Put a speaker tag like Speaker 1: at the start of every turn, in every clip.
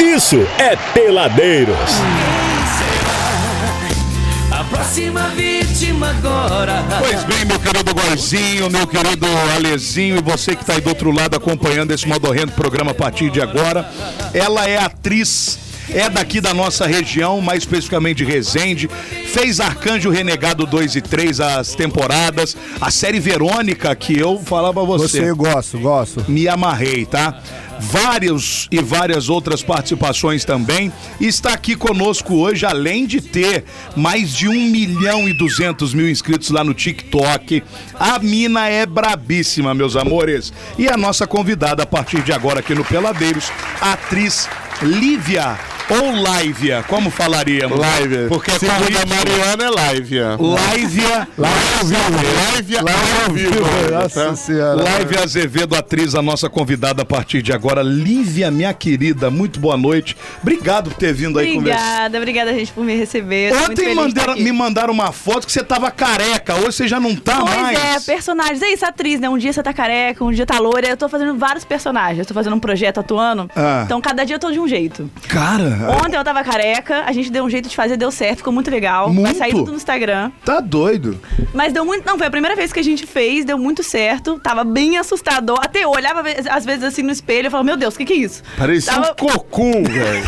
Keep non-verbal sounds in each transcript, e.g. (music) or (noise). Speaker 1: isso é Peladeiros.
Speaker 2: A próxima vítima agora.
Speaker 3: Pois bem, meu querido Gorzinho, meu querido Alezinho e você que está aí do outro lado acompanhando esse modorrendo programa a partir de agora. Ela é atriz é daqui da nossa região, mais especificamente de Resende. Fez Arcanjo Renegado 2 e 3, as temporadas. A série Verônica, que eu falava você.
Speaker 4: Você, gosto, gosto.
Speaker 3: Me amarrei, tá? Vários e várias outras participações também. E está aqui conosco hoje, além de ter mais de 1 milhão e 200 mil inscritos lá no TikTok. A mina é brabíssima, meus amores. E a nossa convidada a partir de agora aqui no Peladeiros, a atriz Lívia ou Lívia, como falaríamos?
Speaker 5: Lívia.
Speaker 3: Porque é
Speaker 5: Segundo a
Speaker 3: corrida
Speaker 5: Mariana é Lívia.
Speaker 3: Lívia.
Speaker 5: Lívia ao vivo. tá?
Speaker 4: Nossa senhora.
Speaker 3: Lívia Azevedo, atriz, a nossa convidada a partir de agora. Lívia, minha querida, muito boa noite. Obrigado por ter vindo aí conversar.
Speaker 6: Obrigada, obrigada, gente, por me receber. Tô muito
Speaker 3: Ontem
Speaker 6: feliz de estar
Speaker 3: mandaram-
Speaker 6: aqui.
Speaker 3: me mandaram uma foto que você tava careca, hoje você já não tá
Speaker 6: Pois
Speaker 3: mais.
Speaker 6: é, personagens. É isso, atriz, né? Um dia você tá careca, um dia tá loira. Eu tô fazendo vários personagens. Eu tô fazendo um projeto, atuando.
Speaker 3: Ah.
Speaker 6: Então, cada dia eu tô de um jeito.
Speaker 3: Cara,
Speaker 6: Ontem eu tava careca, a gente deu um jeito de fazer, deu certo, ficou muito legal.
Speaker 3: Muito?
Speaker 6: Vai sair tudo no Instagram.
Speaker 3: tá doido.
Speaker 6: Mas deu muito. Não, foi a primeira vez que a gente fez, deu muito certo. Tava bem assustador. Até eu olhava ve- às vezes assim no espelho e falava, meu Deus, o que, que é isso?
Speaker 5: Parecia um
Speaker 6: Tava-
Speaker 5: cocum, velho.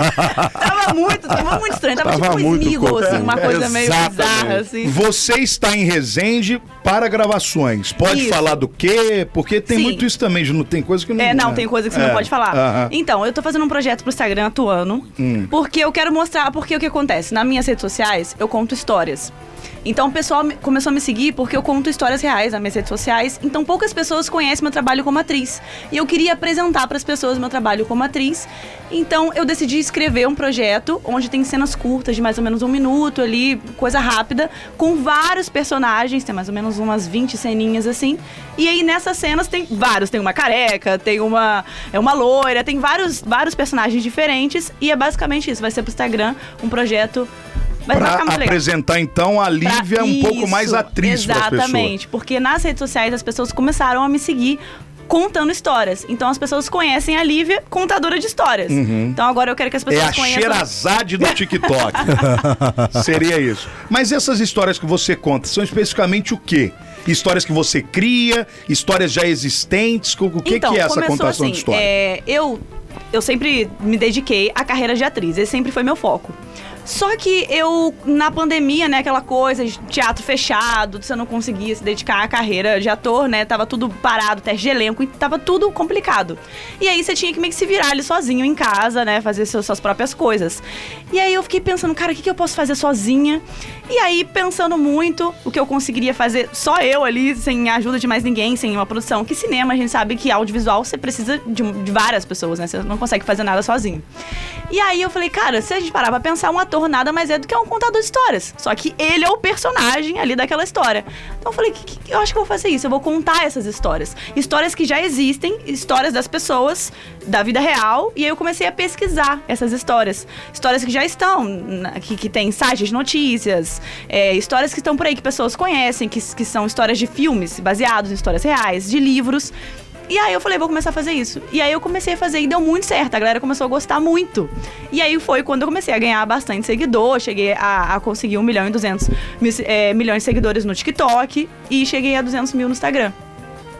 Speaker 6: Tava muito, tava muito estranho. Tava,
Speaker 5: Tava
Speaker 6: tipo um
Speaker 5: muito
Speaker 6: esmigo,
Speaker 5: coisa.
Speaker 6: assim, uma coisa meio
Speaker 3: Exatamente.
Speaker 6: bizarra, assim.
Speaker 3: Você está em Resende para gravações. Pode
Speaker 6: Isso.
Speaker 3: falar do quê? Porque tem
Speaker 6: Sim.
Speaker 3: muito isso também, de não tem coisa que não.
Speaker 6: É, não, tem coisa que você
Speaker 3: É,
Speaker 6: não pode falar.
Speaker 3: aham. Hum.
Speaker 6: Então, eu tô fazendo um projeto pro Instagram atuando, porque eu quero mostrar, porque o que acontece? Nas minhas redes sociais, eu conto histórias. Então o pessoal me- começou a me seguir porque eu conto histórias reais nas minhas redes sociais. Então poucas pessoas conhecem meu trabalho como atriz. E eu queria apresentar para as pessoas meu trabalho como atriz. Então eu decidi escrever um projeto onde tem cenas curtas de mais ou menos um minuto ali, coisa rápida, com vários personagens, tem mais ou menos umas 20 ceninhas assim. E aí nessas cenas tem vários, tem uma careca, tem uma é uma loira, tem vários vários personagens diferentes e é basicamente isso, vai ser pro Instagram um projeto vai vai
Speaker 3: Pra
Speaker 6: ficar muito legal.
Speaker 3: apresentar, então, a
Speaker 6: Pra-
Speaker 3: Lívia um pouco
Speaker 6: Isso,
Speaker 3: mais atriz para as pessoas.
Speaker 6: Exatamente, porque nas redes sociais as pessoas começaram a me seguir contando histórias. Então as pessoas conhecem a Lívia contadora de histórias. Então agora eu quero que as
Speaker 3: É
Speaker 6: pessoas
Speaker 3: a
Speaker 6: conheçam.
Speaker 3: cheirazade do
Speaker 6: (laughs)
Speaker 3: TikTok. Seria isso. Mas essas histórias que você conta são especificamente o quê? Histórias que você cria, histórias já existentes? Co- O que,
Speaker 6: então,
Speaker 3: que é essa
Speaker 6: começou
Speaker 3: contação
Speaker 6: assim,
Speaker 3: de história?
Speaker 6: é, eu, eu sempre me dediquei à carreira de atriz, esse sempre foi meu foco. Só que eu, na pandemia, né, aquela coisa de teatro fechado, você não conseguia se dedicar à carreira de ator, né? Tava tudo parado, teste de elenco, e tava tudo complicado. E aí você tinha que meio que se virar ali sozinho em casa, né? Fazer seus- suas próprias coisas. E aí eu fiquei pensando, cara, o que, que eu posso fazer sozinha? E aí, pensando muito, o que eu conseguiria fazer só eu ali, sem a ajuda de mais ninguém, sem uma produção. Que cinema, a gente sabe que audiovisual você precisa de, de várias pessoas, né? Você não consegue fazer nada sozinho. E aí eu falei, cara, se a gente parar pra pensar, um ator nada mais é do que um contador de histórias. Só que ele é o personagem ali daquela história. Então eu falei, que, que- eu acho que eu vou fazer isso, eu vou contar essas histórias. Histórias que já existem, histórias das pessoas, da vida real. E aí eu comecei a pesquisar essas histórias. Histórias que já estão, na- que, que tem sites de notícias, é, histórias que estão por aí que pessoas conhecem, que, que são histórias de filmes baseados em histórias reais, de livros. E aí eu falei, vou começar a fazer isso. E aí eu comecei a fazer e deu muito certo. A galera começou a gostar muito. E aí foi quando eu comecei a ganhar bastante seguidor. Cheguei a, a conseguir 1 milhão e 200 mil, é, milhões de seguidores no TikTok. E cheguei a 200 mil no Instagram.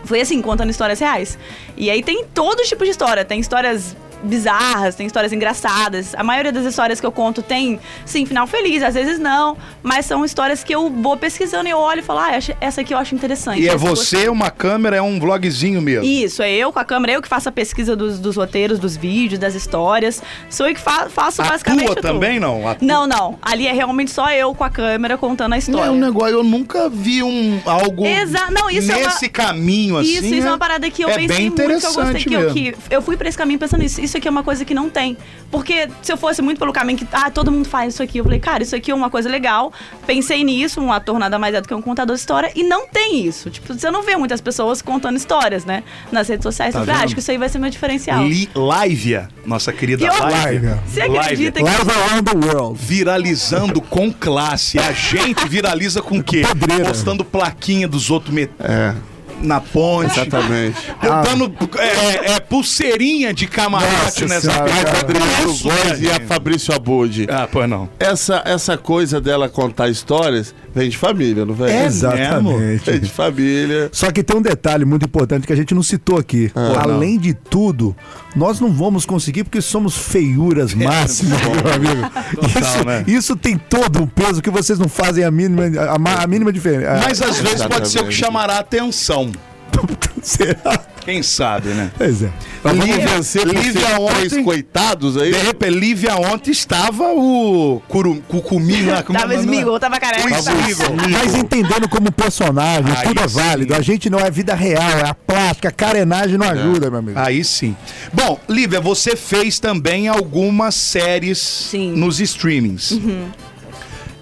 Speaker 6: Foi assim, contando histórias reais. E aí tem todo tipo de história. Tem histórias bizarras, tem histórias engraçadas. A maioria das histórias que eu conto tem, sim, final feliz, às vezes não. Mas são histórias que eu vou pesquisando e eu olho e falo, ah, essa- essa aqui eu acho interessante.
Speaker 3: E é
Speaker 6: essa eu
Speaker 3: você, uma câmera, é um vlogzinho mesmo.
Speaker 6: isso, é eu com a câmera, eu que faço a pesquisa dos, dos roteiros, dos vídeos, das histórias. Sou eu que fa- faço basicamente.
Speaker 3: Atua
Speaker 6: tudo.
Speaker 3: também, não? Atua.
Speaker 6: Não, não. Ali é realmente só eu com a câmera contando a
Speaker 3: Não, é
Speaker 6: história.
Speaker 3: um negócio, eu nunca vi um algo
Speaker 6: Exa- não, isso é uma-
Speaker 3: nesse caminho assim.
Speaker 6: Isso, isso é uma parada que eu
Speaker 3: é
Speaker 6: pensei
Speaker 3: bem
Speaker 6: muito, que eu gostei,
Speaker 3: interessante
Speaker 6: que eu,
Speaker 3: mesmo.
Speaker 6: que eu fui pra esse caminho pensando nisso. Isso aqui é uma coisa que não tem. Porque se eu fosse muito pelo caminho que, ah, todo mundo faz isso aqui, eu falei, cara, isso aqui é uma coisa legal. Pensei nisso, um ator nada mais é do que um contador de história, e não tem isso. Tipo, você não vê muitas pessoas contando histórias, né? Nas redes sociais.
Speaker 3: Tá
Speaker 6: eu falei, ah,
Speaker 3: vendo?
Speaker 6: acho que isso aí vai ser meu diferencial.
Speaker 3: Li- Lívia, nossa querida
Speaker 6: E eu-
Speaker 3: Lívia.
Speaker 6: Você acredita que
Speaker 4: Live around the world.
Speaker 3: viralizando com classe. A gente viraliza com o quê?
Speaker 4: Pedreira.
Speaker 3: Postando plaquinha dos outros. met-
Speaker 5: É.
Speaker 3: na ponte.
Speaker 5: Exatamente. Ah.
Speaker 3: Eu dando é, é, pulseirinha de camarote
Speaker 5: Nossa
Speaker 3: nessa
Speaker 5: senhora,
Speaker 3: praia.
Speaker 5: mas Adriano
Speaker 3: é Isso, cara,
Speaker 5: Góes e a
Speaker 3: gente.
Speaker 5: Fabrício Abud.
Speaker 3: Ah, pois não.
Speaker 5: Essa, essa coisa dela contar histórias vem de família, não vem?
Speaker 3: É
Speaker 5: Vem de família.
Speaker 4: Só que tem um detalhe muito importante que a gente não citou aqui. Além de tudo, nós não vamos conseguir porque somos feiuras máximas, meu amigo. isso,
Speaker 3: né?
Speaker 4: isso tem todo um peso que vocês não fazem a mínima, a, ma- a mínima diferença.
Speaker 3: Mas às vezes pode ser o que
Speaker 5: Exatamente.
Speaker 3: chamará a atenção.
Speaker 4: (laughs) será?
Speaker 3: Quem sabe, né?
Speaker 4: Pois é.
Speaker 5: Nós vamos
Speaker 3: Lívia-
Speaker 5: vencer por
Speaker 3: Lívia
Speaker 5: ser
Speaker 3: ontem-
Speaker 5: três coitados aí.
Speaker 3: De repente, Lívia ontem estava o curu, cucumi lá. como é o nome?
Speaker 6: Tava
Speaker 3: é
Speaker 6: esmigo, tava careca.
Speaker 3: O esmigo.
Speaker 4: Mas entendendo como personagem,
Speaker 3: Aí
Speaker 4: tudo é
Speaker 3: sim.
Speaker 4: válido. A gente não é vida real, é a plástica, a carenagem não ajuda, meu amigo.
Speaker 3: Aí sim. Bom, Lívia, você fez também algumas séries
Speaker 6: Sim. Uhum.
Speaker 3: nos streamings.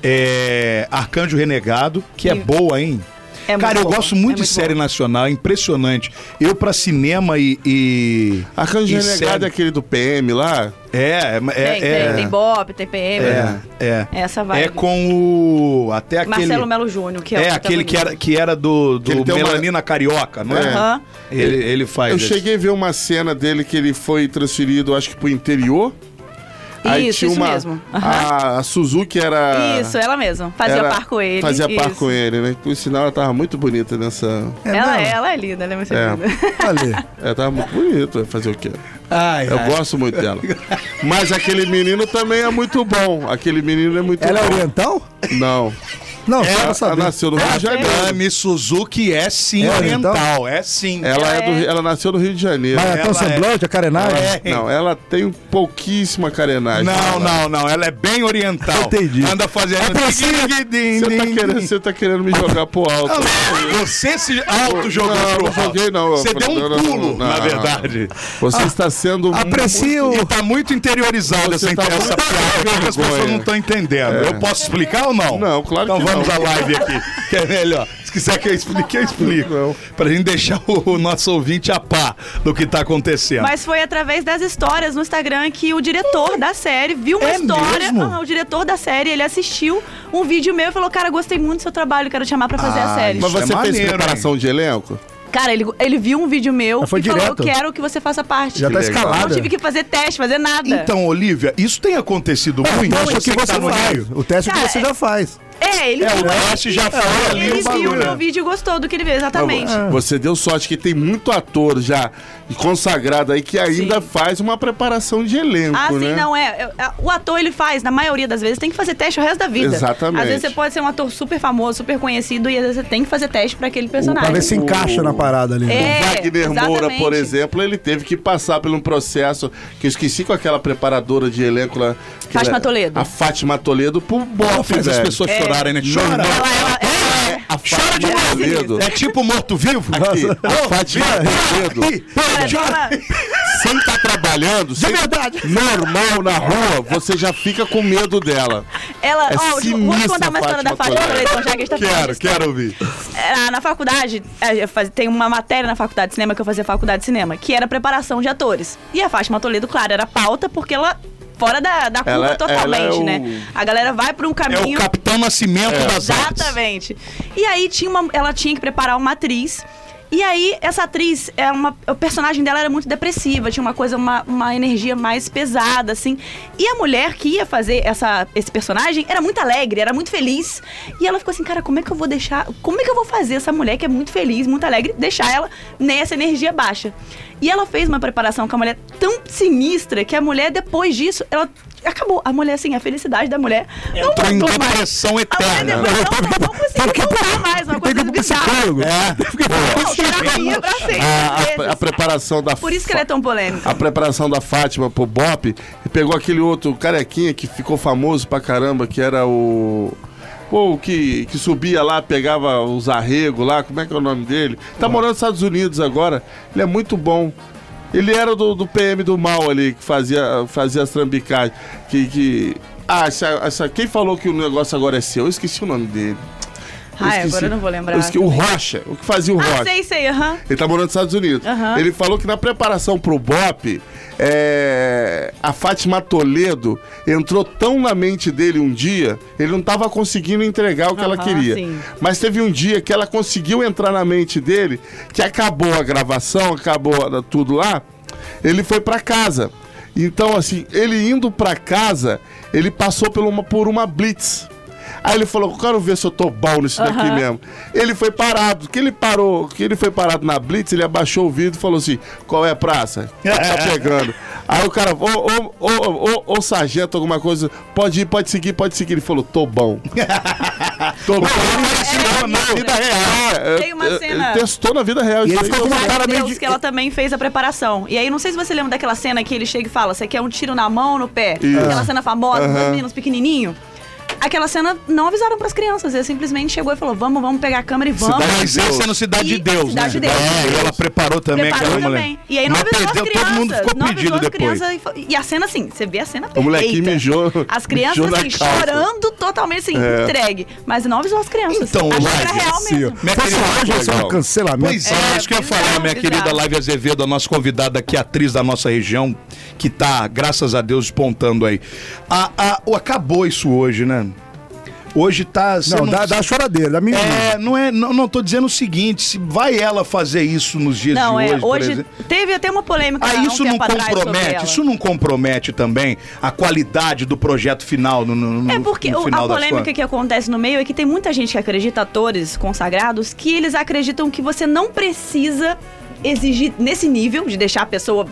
Speaker 3: É, Arcanjo Renegado, que é
Speaker 6: Sim.
Speaker 3: boa, hein?
Speaker 6: É muito
Speaker 3: Cara, eu
Speaker 6: boa,
Speaker 3: gosto muito
Speaker 6: é
Speaker 3: de
Speaker 6: muito
Speaker 3: série
Speaker 6: boa.
Speaker 3: nacional, é impressionante. Eu pra cinema e. e
Speaker 5: Arcanjo
Speaker 3: e
Speaker 5: Renegado
Speaker 3: série-
Speaker 5: é aquele do PM lá.
Speaker 3: É, é.
Speaker 6: Tem,
Speaker 3: é,
Speaker 6: tem, tem Bop, tem PM.
Speaker 3: é, é.
Speaker 6: Essa vibe.
Speaker 3: É com o. Até aquele.
Speaker 6: Marcelo Melo Júnior, que é, o
Speaker 3: É, aquele que era,
Speaker 6: protagonista.
Speaker 3: que era do, do
Speaker 5: Ele tem uma-
Speaker 3: Melanina Carioca, não é?
Speaker 5: É.
Speaker 6: Aham.
Speaker 3: Ele, ele faz.
Speaker 5: Eu
Speaker 3: esse.
Speaker 5: cheguei a ver uma cena dele que ele foi transferido, acho que pro interior.
Speaker 6: Isso, isso mesmo.
Speaker 5: A, a Suzuki era.
Speaker 6: Isso, ela mesma. Fazia
Speaker 5: era-
Speaker 6: par com ele.
Speaker 5: Fazia par
Speaker 6: isso.
Speaker 5: com ele, né? Por sinal, ela tava muito bonita nessa.
Speaker 6: Ela,
Speaker 4: mesmo?
Speaker 6: ela é linda, ela é muito
Speaker 5: É.
Speaker 6: linda.
Speaker 4: Olha.
Speaker 5: Ela tava muito bonita, fazer o quê?
Speaker 3: Ai,
Speaker 5: Eu
Speaker 3: ai.
Speaker 5: gosto muito dela. Mas aquele menino também é muito bom. Aquele menino é muito
Speaker 4: Ela é
Speaker 5: bom.
Speaker 4: oriental?
Speaker 5: Não.
Speaker 4: Não, só pra
Speaker 5: Ela, ela
Speaker 4: saber.
Speaker 5: nasceu no Rio de Janeiro.
Speaker 3: Dami Suzuki é sim
Speaker 4: É oriental?
Speaker 3: oriental, é sim.
Speaker 5: então. Ela, é do, Ri- ela nasceu no Rio de Janeiro.
Speaker 4: Mas é
Speaker 3: ela
Speaker 4: tão semblante, a carenagem?
Speaker 3: É.
Speaker 5: Não, ela tem pouquíssima carenagem.
Speaker 3: Não,
Speaker 5: Ela-
Speaker 3: não, não. Ela é bem oriental.
Speaker 4: Entendi.
Speaker 3: Anda fazendo.
Speaker 5: É Você tá, querendo, você tá querendo me jogar pro alto.
Speaker 3: Ah, Você se auto jogou
Speaker 5: Não,
Speaker 3: pro
Speaker 5: não
Speaker 3: alto.
Speaker 5: joguei, não.
Speaker 3: Você deu um
Speaker 5: Não, não,
Speaker 3: pulo,
Speaker 5: não,
Speaker 3: na
Speaker 5: não.
Speaker 3: verdade.
Speaker 5: Você está sendo
Speaker 4: Aprecia
Speaker 3: E tá muito interiorizado
Speaker 5: Você
Speaker 3: essa,
Speaker 5: tá
Speaker 3: essa
Speaker 5: muito
Speaker 3: piada que as
Speaker 5: vergonha.
Speaker 3: pessoas não estão entendendo.
Speaker 5: É.
Speaker 3: Eu posso explicar ou não?
Speaker 5: Não, claro
Speaker 3: então
Speaker 5: que
Speaker 3: Então vamos
Speaker 5: não.
Speaker 3: à live aqui,
Speaker 5: (laughs)
Speaker 3: que é melhor. Se quiser que eu explique, eu explico.
Speaker 5: Não.
Speaker 3: Pra gente deixar o, o nosso ouvinte a par do que tá acontecendo.
Speaker 6: Mas foi através das histórias no Instagram que o diretor da série viu uma
Speaker 3: É
Speaker 6: história.
Speaker 3: mesmo?
Speaker 6: Ah, o diretor da série, ele assistiu um vídeo meu e falou: Cara, gostei muito do seu trabalho, quero te chamar pra fazer a série.
Speaker 5: Mas
Speaker 3: Isso é
Speaker 5: você fez
Speaker 3: maneiro,
Speaker 5: preparação de elenco?
Speaker 6: Cara, ele, ele viu um vídeo meu
Speaker 4: Mas foi
Speaker 6: e falou: Eu
Speaker 4: direto?
Speaker 6: quero que você faça parte.
Speaker 4: Já tá
Speaker 5: Que legal.
Speaker 6: Não
Speaker 4: escalada.
Speaker 6: tive que fazer teste, fazer nada.
Speaker 3: Então, Olivia, isso tem acontecido
Speaker 4: É,
Speaker 3: muito.
Speaker 4: o teste que
Speaker 3: que
Speaker 4: você
Speaker 3: tá no
Speaker 4: faz.
Speaker 3: Rio.
Speaker 4: O teste que
Speaker 6: Cara,
Speaker 4: você
Speaker 6: é-
Speaker 4: já faz.
Speaker 6: É, ele
Speaker 3: É, o
Speaker 6: viu.
Speaker 3: teste já foi ali
Speaker 6: Ele
Speaker 3: o
Speaker 6: viu o
Speaker 3: bagulho. né?
Speaker 6: meu vídeo e gostou do que ele viu, exatamente.
Speaker 3: Ah.
Speaker 5: Você deu sorte que tem muito ator já consagrado aí que ainda faz uma preparação de elenco,
Speaker 6: Ah, sim,
Speaker 5: né?
Speaker 6: não é. Eu- a- O ator, ele faz, na maioria das vezes, tem que fazer teste o resto da vida.
Speaker 5: Exatamente.
Speaker 6: Às vezes você pode ser um ator super famoso, super conhecido, e às vezes você tem que fazer teste pra aquele
Speaker 4: Pra
Speaker 6: personagem.
Speaker 4: ver se encaixa na parada ali. né?
Speaker 6: É,
Speaker 5: Wagner Moura,
Speaker 6: exatamente.
Speaker 5: por exemplo, ele teve que passar por um processo que eu esqueci com aquela preparadora de elenco lá. que
Speaker 6: Fátima
Speaker 5: ela-
Speaker 6: Toledo.
Speaker 5: A Fátima Toledo pro
Speaker 3: Pô,
Speaker 5: bofe,
Speaker 3: faz as
Speaker 5: velho.
Speaker 3: pessoas chorarem, né? é, Chora.
Speaker 6: Ela, ela- ela-
Speaker 5: A Fátima Toledo.
Speaker 3: É tipo morto-vivo?
Speaker 5: Aqui, a
Speaker 3: Ô,
Speaker 5: Fátima
Speaker 3: vira-
Speaker 5: Toledo.
Speaker 3: Aqui, pô,
Speaker 6: ela-
Speaker 3: chora.
Speaker 5: sem tá trabalhando, sem
Speaker 4: verdade.
Speaker 5: normal na rua, você já fica com medo dela.
Speaker 6: ela-
Speaker 5: É
Speaker 6: ó, vou te contar uma
Speaker 5: sinistra,
Speaker 6: história da
Speaker 5: Fátima
Speaker 6: Fátima Toledo, então, já que a gente tá falando
Speaker 5: Quero,
Speaker 6: disso.
Speaker 5: quero ouvir.
Speaker 6: Ah, na faculdade, eh, eu faz- tem uma matéria na faculdade de cinema que eu fazia faculdade de cinema, que era preparação de atores. E a Fátima Toledo, claro, era pauta porque ela fora da, da curva
Speaker 5: Ela-
Speaker 6: totalmente,
Speaker 5: ela é o-
Speaker 6: né? A galera vai pra um
Speaker 3: É o
Speaker 6: caminho.
Speaker 3: Capitão Nascimento das artes.
Speaker 6: Exatamente. E aí tinha uma, ela tinha que preparar uma atriz. E aí, essa atriz, é uma, o personagem dela era muito depressiva, tinha uma coisa, uma, uma energia mais pesada, assim. E a mulher que ia fazer essa, esse personagem era muito alegre, era muito feliz. E ela ficou assim, cara, como é que eu vou deixar. Como é que eu vou fazer essa mulher que é muito feliz, muito alegre, deixar ela nessa energia baixa? E ela fez uma preparação com a mulher tão sinistra que a mulher, depois disso, ela. Acabou. A mulher, assim, a felicidade da mulher. não
Speaker 3: Entrou em
Speaker 6: voltou mais.
Speaker 3: depressão
Speaker 6: A mulher
Speaker 3: eterna.
Speaker 6: depois não, não
Speaker 4: Tem
Speaker 6: conseguiu
Speaker 4: que
Speaker 6: voltar mais, uma
Speaker 4: Tem que
Speaker 6: coisa
Speaker 4: ir pro
Speaker 6: bizarra.
Speaker 4: psicólogo.
Speaker 3: É.
Speaker 6: Não, terapia pra sempre.
Speaker 5: A, a- a
Speaker 6: vezes.
Speaker 5: preparação da
Speaker 6: é Por isso que ela é tão polêmica.
Speaker 5: a preparação da Fátima pro Bop pegou aquele outro carequinha que ficou famoso pra caramba, que era o. Pô, o que, que subia lá, pegava os arregos lá, como é que é o nome dele? Tá morando nos Estados Unidos agora. Ele é muito bom. Ele era do, do PM do mal ali, que fazia, fazia as trambicagens. Que. que... Ah, essa, essa- quem falou que o negócio agora é seu? Eu esqueci o nome dele.
Speaker 6: Ah, é,
Speaker 5: esqueci.
Speaker 6: agora eu não vou lembrar.
Speaker 5: Eu esqueci, o Rocha. O que fazia o
Speaker 6: Ah,
Speaker 5: Rocha?
Speaker 6: sei, sei, aham.
Speaker 5: Ele tá morando nos Estados Unidos.
Speaker 6: Aham.
Speaker 5: Ele falou que na preparação pro BOP, é, a Fátima Toledo entrou tão na mente dele um dia, ele não tava conseguindo entregar o que ela
Speaker 6: Aham,
Speaker 5: queria.
Speaker 6: sim.
Speaker 5: Mas teve um dia que ela conseguiu entrar na mente dele, que acabou a gravação, acabou tudo lá, ele foi pra casa. Então, assim, ele indo pra casa, ele passou por uma, por uma blitz. Aí ele falou, quero ver se eu tô bom nisso daqui mesmo. Ele foi parado. Que ele parou, que ele foi parado na Blitz, ele abaixou o vidro e falou assim: qual é a praça? Tá chegando. Aí o cara, ô, ô, ô, ô, ô, sargento, alguma coisa, pode ir, pode seguir, pode seguir. Ele falou, tô bom. tô bom.
Speaker 6: É,
Speaker 5: na vida real.
Speaker 6: Tem uma cena-
Speaker 5: Ele testou na vida real.
Speaker 4: E
Speaker 5: isso
Speaker 4: ele
Speaker 5: aí.
Speaker 4: ficou com uma
Speaker 6: Meu
Speaker 4: cara meio
Speaker 6: Deus,
Speaker 4: é de...
Speaker 6: que ela também fez a preparação. E aí, não sei se você lembra daquela cena que ele chega e fala: você quer um tiro na mão ou no pé?
Speaker 5: Isso.
Speaker 6: Aquela cena famosa,
Speaker 5: Aham.
Speaker 6: dos meninos pequenininho. Aquela cena não avisaram pras crianças. Ele simplesmente chegou e falou: vamos, vamos pegar a câmera e vamos.
Speaker 5: Cidade
Speaker 3: Mas essa é no Cidade de
Speaker 6: E
Speaker 3: Deus, né?
Speaker 6: Cidade de Deus.
Speaker 3: É, e ela preparou também
Speaker 6: Preparou
Speaker 3: aquela mulher.
Speaker 6: também. E aí não
Speaker 3: Mas
Speaker 6: avisou
Speaker 3: perdeu,
Speaker 6: as crianças.
Speaker 3: todo mundo ficou
Speaker 6: não avisou
Speaker 3: pedido
Speaker 6: as
Speaker 3: depois.
Speaker 6: crianças. e fa- E a cena assim, você vê a cena perfeita.
Speaker 5: O molequinho mijou-
Speaker 6: As crianças
Speaker 5: mijou na
Speaker 6: assim,
Speaker 5: calça.
Speaker 6: chorando totalmente assim,
Speaker 5: É.
Speaker 6: entregue. Mas não avisou as crianças.
Speaker 3: Então,
Speaker 6: Achou que
Speaker 3: Laia,
Speaker 6: era real mesmo.
Speaker 3: Minha querida-
Speaker 4: Isso é um cancelamento.
Speaker 3: Pois é,
Speaker 6: É,
Speaker 3: acho que eu ia
Speaker 6: bizarro,
Speaker 3: falar, minha
Speaker 6: bizarro.
Speaker 3: querida Live Azevedo, a nossa convidada aqui, atriz da nossa região, que tá, graças a Deus, pontando aí. A, a- o- acabou isso hoje, né? Hoje tá. você
Speaker 4: Não, dá, dá a choradeira, dá menina.
Speaker 3: É, não é. Não, não, tô dizendo o seguinte: se vai ela fazer isso nos dias
Speaker 6: Não,
Speaker 3: de hoje,
Speaker 6: é.
Speaker 3: por
Speaker 6: Hoje
Speaker 3: exemplo.
Speaker 6: teve até uma polêmica. há
Speaker 3: Ah,
Speaker 6: um
Speaker 3: isso não
Speaker 6: tempo atrás sobre
Speaker 3: compromete,
Speaker 6: ela.
Speaker 3: isso não compromete também a qualidade do projeto final no, no, no-
Speaker 6: É porque
Speaker 3: no
Speaker 6: o-
Speaker 3: final
Speaker 6: a
Speaker 3: das
Speaker 6: polêmica
Speaker 3: contas.
Speaker 6: que acontece no meio é que tem muita gente que acredita, atores consagrados, que eles acreditam que você não precisa exigir nesse nível de deixar a pessoa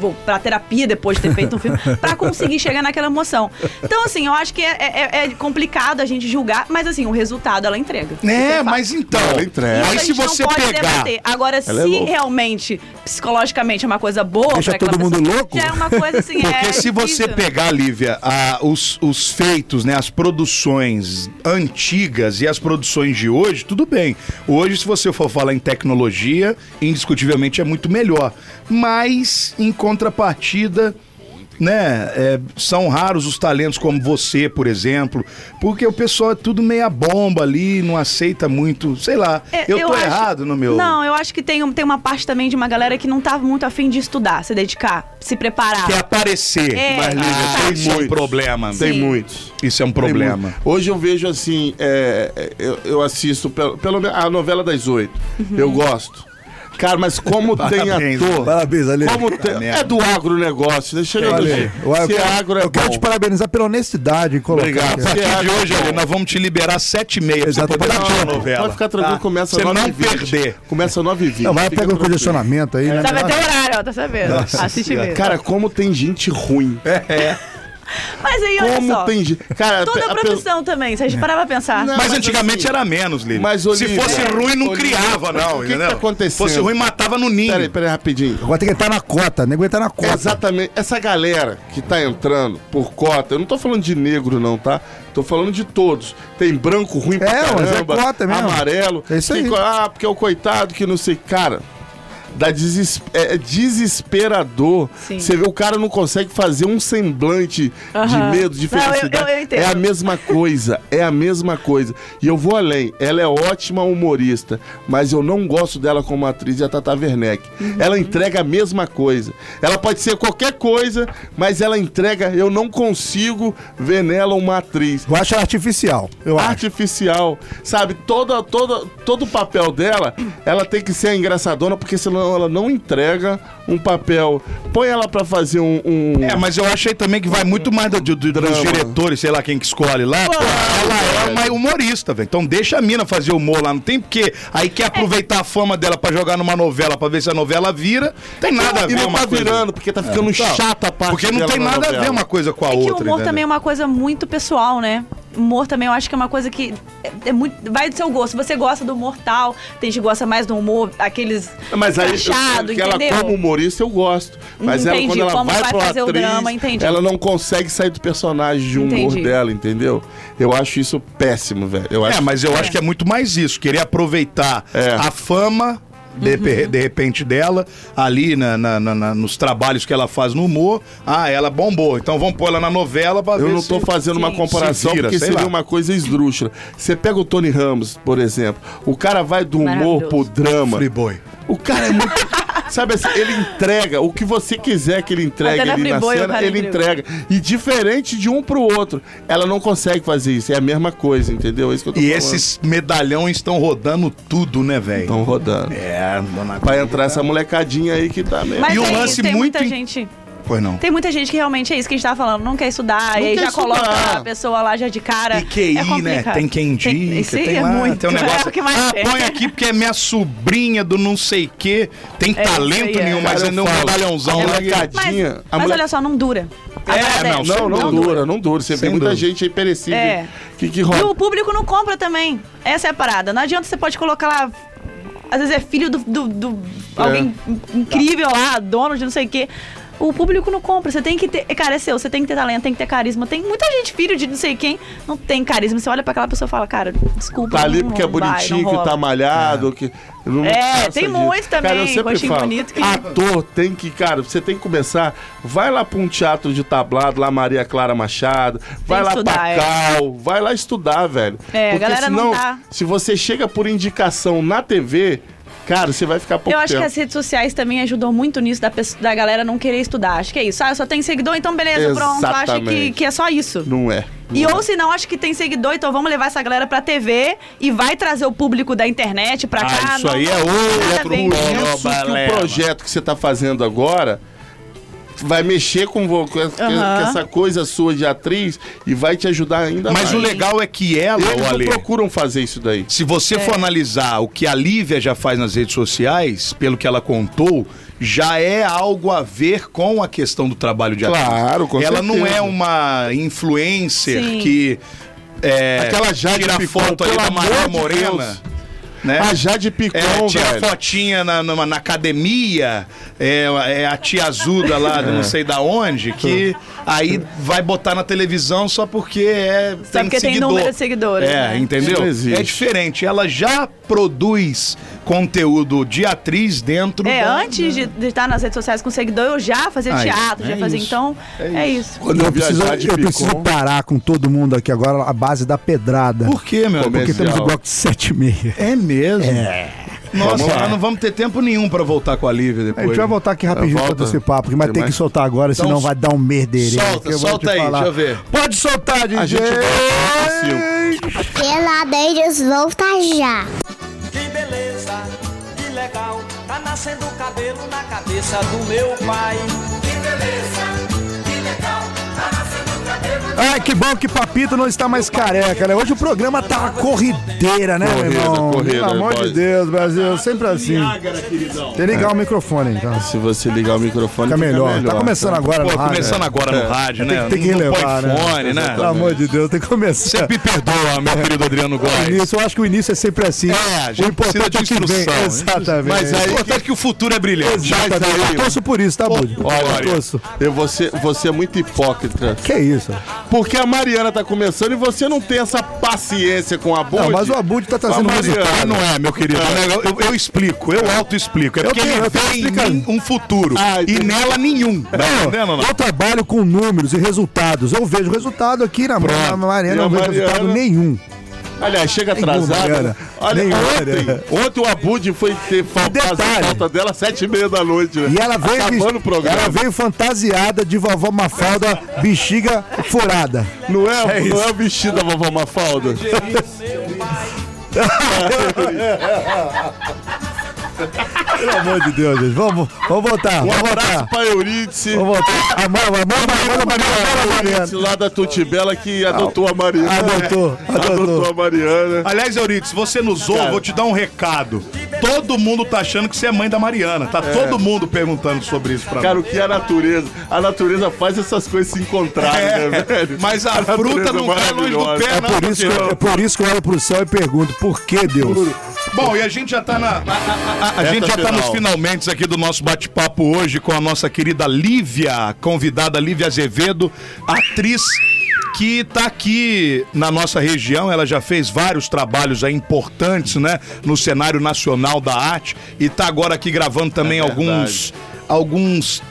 Speaker 6: vou, pra terapia depois de ter feito um
Speaker 3: (laughs)
Speaker 6: filme pra conseguir chegar naquela emoção. Então, assim, eu acho que é, é- é complicado a gente julgar, mas assim, o resultado ela entrega. Isso
Speaker 3: É,
Speaker 6: fato.
Speaker 3: mas então.
Speaker 5: Ela entrega.
Speaker 3: Aí
Speaker 6: Isso a
Speaker 3: se
Speaker 6: gente
Speaker 3: você
Speaker 6: não pode
Speaker 3: pegar.
Speaker 6: debater. Agora, se
Speaker 5: Ela é louca.
Speaker 6: realmente, psicologicamente, é uma coisa boa
Speaker 4: Deixa
Speaker 6: pra aquela
Speaker 4: todo mundo
Speaker 6: pessoa,
Speaker 4: louco?
Speaker 6: Já é uma coisa assim, é
Speaker 3: Porque se você
Speaker 6: difícil.
Speaker 3: pegar, Lívia, a- os, os feitos, né, as produções antigas e as produções de hoje, tudo bem. Hoje, se você for falar em tecnologia, indiscutivelmente é muito melhor. Mas, em contrapartida, né, é, são raros os talentos como você, por exemplo, porque o pessoal é tudo meia bomba ali, não aceita muito, sei lá.
Speaker 6: É,
Speaker 3: eu, tô
Speaker 6: acho-
Speaker 3: errado no meu...
Speaker 6: Não, eu acho que tem, um- tem uma parte também de uma galera que não tá muito afim de estudar, se dedicar, se preparar.
Speaker 3: Quer aparecer,
Speaker 6: É,
Speaker 3: mas, Lívia,
Speaker 5: ah,
Speaker 3: tem
Speaker 5: isso é um
Speaker 3: muito problema.
Speaker 5: Tem
Speaker 6: Sim.
Speaker 5: muitos.
Speaker 3: Isso é um
Speaker 5: Tem
Speaker 3: problema.
Speaker 5: muito. Hoje eu vejo assim, é, é, eu, eu assisto pelo, pelo menos a novela das oito.
Speaker 6: Uhum.
Speaker 5: Eu gosto. Cara, mas como tem
Speaker 3: Parabéns,
Speaker 5: ator.
Speaker 4: Parabéns, Ale.
Speaker 5: Como tem-
Speaker 3: merda.
Speaker 5: é do agronegócio, né? Chega do
Speaker 4: Ale, eu, eu
Speaker 5: Se é
Speaker 4: quero-
Speaker 5: agro é
Speaker 4: eu quero
Speaker 5: bom.
Speaker 4: te parabenizar pela honestidade em colocar.
Speaker 5: Obrigado. Se
Speaker 4: aqui.
Speaker 5: é
Speaker 3: partir de
Speaker 5: agro
Speaker 3: hoje,
Speaker 5: é bom.
Speaker 3: Ale, nós vamos te liberar sete e meia pra você
Speaker 4: Exato.
Speaker 3: poder
Speaker 4: Não,
Speaker 3: assistir a
Speaker 4: não,
Speaker 3: novela.
Speaker 5: Pode ficar tranquilo,
Speaker 3: tá?
Speaker 5: começa
Speaker 3: Você
Speaker 5: às 9
Speaker 3: não perder.
Speaker 5: Começa às 9 h 20
Speaker 4: Não, vai pegar um condicionamento aí, né?
Speaker 6: Sabe até o horário, ó, tá sabendo? Assiste mesmo.
Speaker 5: Cara, como tem gente ruim.
Speaker 6: Mas aí, olha
Speaker 5: Como
Speaker 6: só.
Speaker 5: tem gente. Cara,
Speaker 6: Toda a
Speaker 5: pe-
Speaker 6: produção também, se a gente parar pra pensar.
Speaker 5: Não.
Speaker 3: Mas,
Speaker 5: mas
Speaker 3: antigamente
Speaker 5: assim-
Speaker 3: era menos, Lívia.
Speaker 5: Mas,
Speaker 3: Se
Speaker 5: Olivia,
Speaker 3: fosse ruim, não
Speaker 5: Olivia,
Speaker 3: criava, não.
Speaker 5: o que que tá
Speaker 3: entendeu?
Speaker 5: acontecendo?
Speaker 3: Se fosse ruim, matava no ninho.
Speaker 5: Peraí, peraí, rapidinho.
Speaker 4: Agora tem que estar na cota, nego tá na cota.
Speaker 5: Exatamente. Essa galera que tá entrando por cota, eu não tô falando de negro, não, tá? Tô falando de todos. Tem branco ruim pra
Speaker 4: É, mas é
Speaker 5: caramba,
Speaker 4: cota mesmo.
Speaker 5: amarelo.
Speaker 4: É isso
Speaker 5: Tem
Speaker 4: aí.
Speaker 5: co- Ah, porque é o coitado que não sei. Cara, dá deses- é, é desesperador.
Speaker 6: Sim.
Speaker 5: Você vê, o cara não consegue fazer um semblante
Speaker 6: Aham.
Speaker 5: de medo, de
Speaker 6: Não, eu-
Speaker 5: felicidade.
Speaker 6: eu- eu entendo.
Speaker 5: É a mesma coisa, é a mesma coisa. E eu vou além, ela é ótima humorista, mas eu não gosto dela como atriz e a Tata Werneck.
Speaker 6: Uhum.
Speaker 5: Ela entrega a mesma coisa. Ela pode ser qualquer coisa, mas ela entrega, eu não consigo ver nela uma atriz
Speaker 4: Eu acho ela artificial. Eu acho.
Speaker 5: artificial, sabe? Toda, toda, todo o papel dela, ela tem que ser a engraçadona, porque senão ela não entrega um papel. Põe ela pra fazer um... um-
Speaker 3: É, mas eu achei também que vai muito mais do, do- do- dos
Speaker 5: Drama.
Speaker 3: diretores, sei lá quem que escolhe lá. Pô, ela é uma humorista, velho. Então deixa a mina fazer humor lá. Não tem porque aí
Speaker 5: É.
Speaker 3: quer aproveitar a fama dela pra jogar numa novela, pra ver se a novela vira. Tem nada a
Speaker 5: E
Speaker 3: ver
Speaker 5: não
Speaker 3: uma
Speaker 5: tá
Speaker 3: coisa. É.
Speaker 5: virando, porque tá ficando chata a parte
Speaker 3: Porque não
Speaker 5: dela
Speaker 3: tem
Speaker 5: na
Speaker 3: nada a ver
Speaker 5: novela.
Speaker 3: uma coisa com a
Speaker 6: É que
Speaker 3: outra.
Speaker 6: o humor
Speaker 3: entendeu?
Speaker 6: também é uma coisa muito pessoal, né? Humor também eu acho que é uma coisa que é, é muito, vai do seu gosto. Você gosta do humor tal, tem gente que gosta mais do humor, aqueles
Speaker 3: É,
Speaker 5: Mas aí,
Speaker 6: crachado,
Speaker 5: eu- que ela
Speaker 6: Tá entendeu?
Speaker 3: um-
Speaker 5: como humorista eu gosto. Mas ela,
Speaker 6: Entendi,
Speaker 5: quando ela
Speaker 6: como
Speaker 5: vai,
Speaker 6: vai
Speaker 5: pra
Speaker 6: fazer o
Speaker 5: atriz,
Speaker 6: drama, entendi.
Speaker 5: ela não consegue sair do personagem de humor
Speaker 6: Entendi.
Speaker 5: dela, entendeu? Eu acho isso péssimo, velho. Eu acho
Speaker 6: É.
Speaker 3: É, mas eu acho que é muito mais isso. Querer aproveitar
Speaker 5: É.
Speaker 3: a fama de,
Speaker 6: Uhum.
Speaker 3: repe- de repente dela, ali na, na- na- na- nos trabalhos que ela faz no humor. Ah, ela bombou. Então vamos pôr ela na novela pra
Speaker 5: Eu
Speaker 3: ver
Speaker 5: não
Speaker 3: se-
Speaker 5: tô fazendo uma
Speaker 6: Sim.
Speaker 5: comparação
Speaker 3: Se vira,
Speaker 5: porque
Speaker 3: sei
Speaker 5: seria
Speaker 3: lá.
Speaker 5: uma coisa esdrúxula. Você pega o Tony Ramos, por exemplo. O cara vai do humor
Speaker 6: Maravilhoso.
Speaker 5: pro drama.
Speaker 3: Friboi.
Speaker 5: O cara é muito. (laughs) Sabe assim, ele entrega o que você quiser que ele entregue
Speaker 6: Até na
Speaker 5: ali na
Speaker 6: Friboi, o
Speaker 5: cena,
Speaker 6: cara
Speaker 5: ele
Speaker 6: entregou.
Speaker 5: entrega. E diferente de um pro outro, ela não consegue fazer isso. É a mesma coisa, entendeu? É isso que eu tô
Speaker 3: E
Speaker 5: falando.
Speaker 3: esses medalhões estão rodando tudo, né, velho?
Speaker 5: Estão rodando.
Speaker 3: É, dona
Speaker 5: Vai entrar essa molecadinha aí que tá meio.
Speaker 6: Mas
Speaker 3: E um
Speaker 6: é
Speaker 3: lance
Speaker 6: isso, tem
Speaker 3: muito
Speaker 6: muita
Speaker 3: in-
Speaker 6: gente.
Speaker 3: Pois não.
Speaker 6: Tem muita gente que realmente é isso que a gente tava falando, não quer estudar, e aí
Speaker 5: quer
Speaker 6: já
Speaker 5: estudar.
Speaker 6: coloca a pessoa lá já de cara.
Speaker 3: E QI, né?
Speaker 6: é complicado.
Speaker 3: Tem quem indica,
Speaker 6: isso aí
Speaker 3: tem,
Speaker 6: é
Speaker 3: lá,
Speaker 6: muito,
Speaker 3: tem um negócio.
Speaker 6: (laughs) é o que mais
Speaker 3: ah,
Speaker 6: tem. (laughs)
Speaker 3: põe aqui porque é minha sobrinha do não sei quê. Tem
Speaker 6: É,
Speaker 3: talento
Speaker 6: isso aí é.
Speaker 3: nenhum,
Speaker 5: Cara,
Speaker 3: mas
Speaker 5: eu
Speaker 3: ainda é um
Speaker 5: falo,
Speaker 3: medalhãozão.
Speaker 5: a
Speaker 3: né?
Speaker 6: Mas,
Speaker 5: molecadinha. a
Speaker 6: mas
Speaker 5: mole-
Speaker 6: olha só, não dura. A
Speaker 3: É,
Speaker 6: parada
Speaker 3: não,
Speaker 5: Não, não dura, não dura. Você
Speaker 3: Sem
Speaker 5: vê muita
Speaker 3: dúvida.
Speaker 5: gente aí perecível.
Speaker 6: É.
Speaker 5: Que, que
Speaker 6: E
Speaker 5: rola.
Speaker 6: o público não compra também. Essa é a parada. Não adianta você pode colocar lá. Às vezes é filho do. do- do-
Speaker 5: É.
Speaker 6: alguém in- incrível lá, dono de não sei o quê. O público não compra. Você tem que ter. Cara, é seu, você tem que ter talento, tem que ter carisma. Tem muita gente, filho de não sei quem, não tem carisma. Você olha pra aquela pessoa e fala, cara, desculpa.
Speaker 5: Tá ali
Speaker 6: não-
Speaker 5: porque é
Speaker 6: não vai,
Speaker 5: bonitinho,
Speaker 6: não
Speaker 5: que tá
Speaker 6: rola.
Speaker 5: malhado, que... não
Speaker 6: É,
Speaker 5: passa
Speaker 6: tem muito também,
Speaker 5: Cara, eu sempre
Speaker 6: coxinho
Speaker 5: falo,
Speaker 6: bonito que-
Speaker 5: ator tem que, cara, você tem que começar, vai lá pra um teatro de tablado, lá Maria Clara Machado, vai
Speaker 6: que
Speaker 5: lá
Speaker 6: estudar,
Speaker 5: pra
Speaker 6: é.
Speaker 5: Cal, vai lá estudar, velho.
Speaker 6: É, a galera não tá-
Speaker 5: se você chega por indicação na TV, cara, você vai ficar pouco
Speaker 6: Eu acho
Speaker 5: tempo.
Speaker 6: que assim- as redes sociais também ajudam muito nisso da, pessoa- da galera não querer estudar. Acho que é isso. Ah, eu só tenho seguidor, então beleza, pronto. Acho que,
Speaker 5: Exatamente.
Speaker 6: que é só isso.
Speaker 5: Não é.
Speaker 6: E
Speaker 5: Não é.
Speaker 6: ou se não, acho que tem seguidor, então vamos levar essa galera pra TV e vai trazer o público da internet pra cá.
Speaker 3: Ah, isso
Speaker 6: não-
Speaker 3: aí é
Speaker 6: nada
Speaker 3: outro
Speaker 6: bem
Speaker 3: problema.
Speaker 5: Isso que o projeto que você tá fazendo agora vai mexer com, vo- com essa-
Speaker 6: Aham.
Speaker 5: com essa coisa sua de atriz e vai te ajudar ainda mais.
Speaker 3: Mas o legal é que ela,
Speaker 5: Eles
Speaker 3: o
Speaker 5: não
Speaker 3: Ale,
Speaker 5: procuram fazer isso daí.
Speaker 3: se você for analisar o que a Lívia já faz nas redes sociais, pelo que ela contou, já é algo a ver com a questão do trabalho de atriz.
Speaker 5: Claro, com
Speaker 3: Ela não
Speaker 5: certeza.
Speaker 3: é uma influencer
Speaker 6: Sim.
Speaker 3: que é,
Speaker 5: Aquela Jade
Speaker 3: tira
Speaker 5: Picon,
Speaker 3: foto ali
Speaker 5: pelo
Speaker 3: da Maria
Speaker 5: amor de
Speaker 3: Morena.
Speaker 5: Deus.
Speaker 3: né?
Speaker 5: A Jade Picon,
Speaker 3: É, tira
Speaker 5: velho.
Speaker 3: fotinha na, numa- na academia, é, é a tia Azuda lá, de
Speaker 6: É.
Speaker 3: não sei da onde, que aí vai botar na televisão só porque é.
Speaker 6: Só porque tem número de seguidores,
Speaker 3: É,
Speaker 6: né?
Speaker 3: entendeu?
Speaker 5: Isso não existe.
Speaker 3: É diferente. Ela já produz conteúdo de atriz dentro
Speaker 6: É,
Speaker 3: da-
Speaker 6: antes de, de estar nas redes sociais com seguidor, eu já fazia
Speaker 3: Aí,
Speaker 6: teatro,
Speaker 3: é
Speaker 6: já fazia.
Speaker 3: isso.
Speaker 6: Então, é isso.
Speaker 5: Quando
Speaker 4: Eu preciso, eu preciso parar com todo mundo aqui agora, a base da pedrada.
Speaker 3: Por quê, meu amigo?
Speaker 4: Porque temos o bloco de 7 e meia.
Speaker 3: É mesmo. Nossa,
Speaker 5: Vamos lá.
Speaker 3: nós não vamos ter tempo nenhum pra voltar com a Lívia
Speaker 4: A
Speaker 3: depois.
Speaker 4: gente vai voltar aqui rapidinho
Speaker 5: Volta.
Speaker 4: pra esse papo, mas
Speaker 5: Tem
Speaker 4: tem
Speaker 5: mais?
Speaker 4: que soltar agora,
Speaker 3: Então,
Speaker 4: senão vai dar um merdeiro.
Speaker 3: solta, solta aí, deixa eu ver.
Speaker 4: Pode soltar, DJ.
Speaker 5: A gente vai
Speaker 7: Peladeiros volta já.
Speaker 2: Que beleza, que legal, tá nascendo cabelo na cabeça do meu pai. Que beleza, que legal, tá nascendo cabelo
Speaker 4: Ai, que bom que Papito não está mais careca, né? Hoje o programa tá uma corrideira, né, meu
Speaker 5: Corrida,
Speaker 4: irmão?
Speaker 5: corrida,
Speaker 4: Pelo amor
Speaker 5: boys.
Speaker 4: de Deus, Brasil, sempre assim. Tem que ligar o microfone, então.
Speaker 5: Se você ligar o microfone,
Speaker 4: Fica melhor. Tá começando agora,
Speaker 3: Pô,
Speaker 4: no rádio,
Speaker 3: começando
Speaker 4: né?
Speaker 3: agora no rádio, né?
Speaker 4: Tem que
Speaker 3: Não
Speaker 4: relevar,
Speaker 3: põe
Speaker 4: né?
Speaker 3: fone, né?
Speaker 4: Pelo amor de Deus, tem que começar.
Speaker 3: Você me perdoa, meu querido Adriano
Speaker 4: O
Speaker 3: Góes.
Speaker 4: início, eu acho que o início é sempre assim.
Speaker 3: É, a gente
Speaker 4: É. o
Speaker 3: precisa
Speaker 4: importante
Speaker 3: de
Speaker 4: é o que vem.
Speaker 3: instrução.
Speaker 4: Exatamente.
Speaker 3: Mas aí, o importante é que o futuro é brilhante.
Speaker 4: Exatamente.
Speaker 5: Mas aí-
Speaker 4: Eu torço por isso, tá, Bud?
Speaker 5: Olha,
Speaker 4: Eu torço.
Speaker 5: eu, você, você é muito hipócrita.
Speaker 4: Que isso?
Speaker 5: Porque a Mariana tá começando e você não tem essa paciência com a Bud.
Speaker 4: Não, mas o Abud tá trazendo
Speaker 5: Tá
Speaker 4: resultado.
Speaker 5: variando.
Speaker 3: Ah, não é, meu querido.
Speaker 5: É.
Speaker 3: Eu, eu- eu explico, eu auto-explico. É porque
Speaker 4: tenho- eu tenho
Speaker 3: ele vem em mim
Speaker 4: explicando.
Speaker 3: um futuro
Speaker 5: Ah,
Speaker 3: e
Speaker 5: entendi.
Speaker 3: nela nenhum. Tá entendendo, não?
Speaker 4: Eu trabalho com números e resultados. Eu vejo resultado aqui na na
Speaker 5: E
Speaker 4: Mariana,
Speaker 5: a
Speaker 4: eu não vejo
Speaker 5: Mariana?
Speaker 4: resultado nenhum.
Speaker 5: Aliás, chega atrasada.
Speaker 4: Mariana.
Speaker 5: né? Olha,
Speaker 4: Nenhuma, Mariana.
Speaker 5: ontem, ontem o Abud foi ter fa-
Speaker 4: Detalhe.
Speaker 5: fazer falta dela às sete e meia da noite. né?
Speaker 4: E ela veio,
Speaker 5: Acabando o programa.
Speaker 4: ela veio fantasiada de vovó Mafalda, bexiga furada.
Speaker 5: Não é, não é o vestido da vovó Mafalda?
Speaker 4: Pelo amor de Deus, gente. Vamos, vamos voltar.
Speaker 5: Um
Speaker 4: Vamos
Speaker 5: abraço
Speaker 3: Ah.
Speaker 4: voltar.
Speaker 5: pra Eurídice.
Speaker 4: Vamos voltar. A mãe, a mãe, a mãe, a mãe, a mãe, a mãe, a
Speaker 5: Eurídice
Speaker 4: mãe.
Speaker 5: lá da Tutibela que adotou a Mariana.
Speaker 4: Adotou, adotou.
Speaker 5: Adotou a Mariana.
Speaker 3: Aliás, Euridice, se você nos ouve,
Speaker 5: Cara.
Speaker 3: vou te dar um recado. Todo mundo tá achando que você é mãe da Mariana. Tá todo mundo perguntando sobre isso pra mim.
Speaker 5: Cara, o que é a natureza? A natureza faz essas coisas se encontrarem,
Speaker 3: É,
Speaker 5: né, velho?
Speaker 3: mas a
Speaker 5: natureza
Speaker 3: fruta não cai longe do
Speaker 5: maravilhosa.
Speaker 3: pé,
Speaker 4: É
Speaker 3: não.
Speaker 4: por, isso que eu, é por isso que eu olho pro céu e pergunto, por que Deus?
Speaker 3: Bom, e a gente já tá na. A, a- a gente já tá
Speaker 5: final.
Speaker 3: nos finalmente aqui do nosso bate-papo hoje com a nossa querida Lívia, convidada Lívia Azevedo, atriz que tá aqui na nossa região. Ela já fez vários trabalhos aí importantes, né? No cenário nacional da arte. E tá agora aqui gravando também
Speaker 5: É verdade.
Speaker 3: alguns. alguns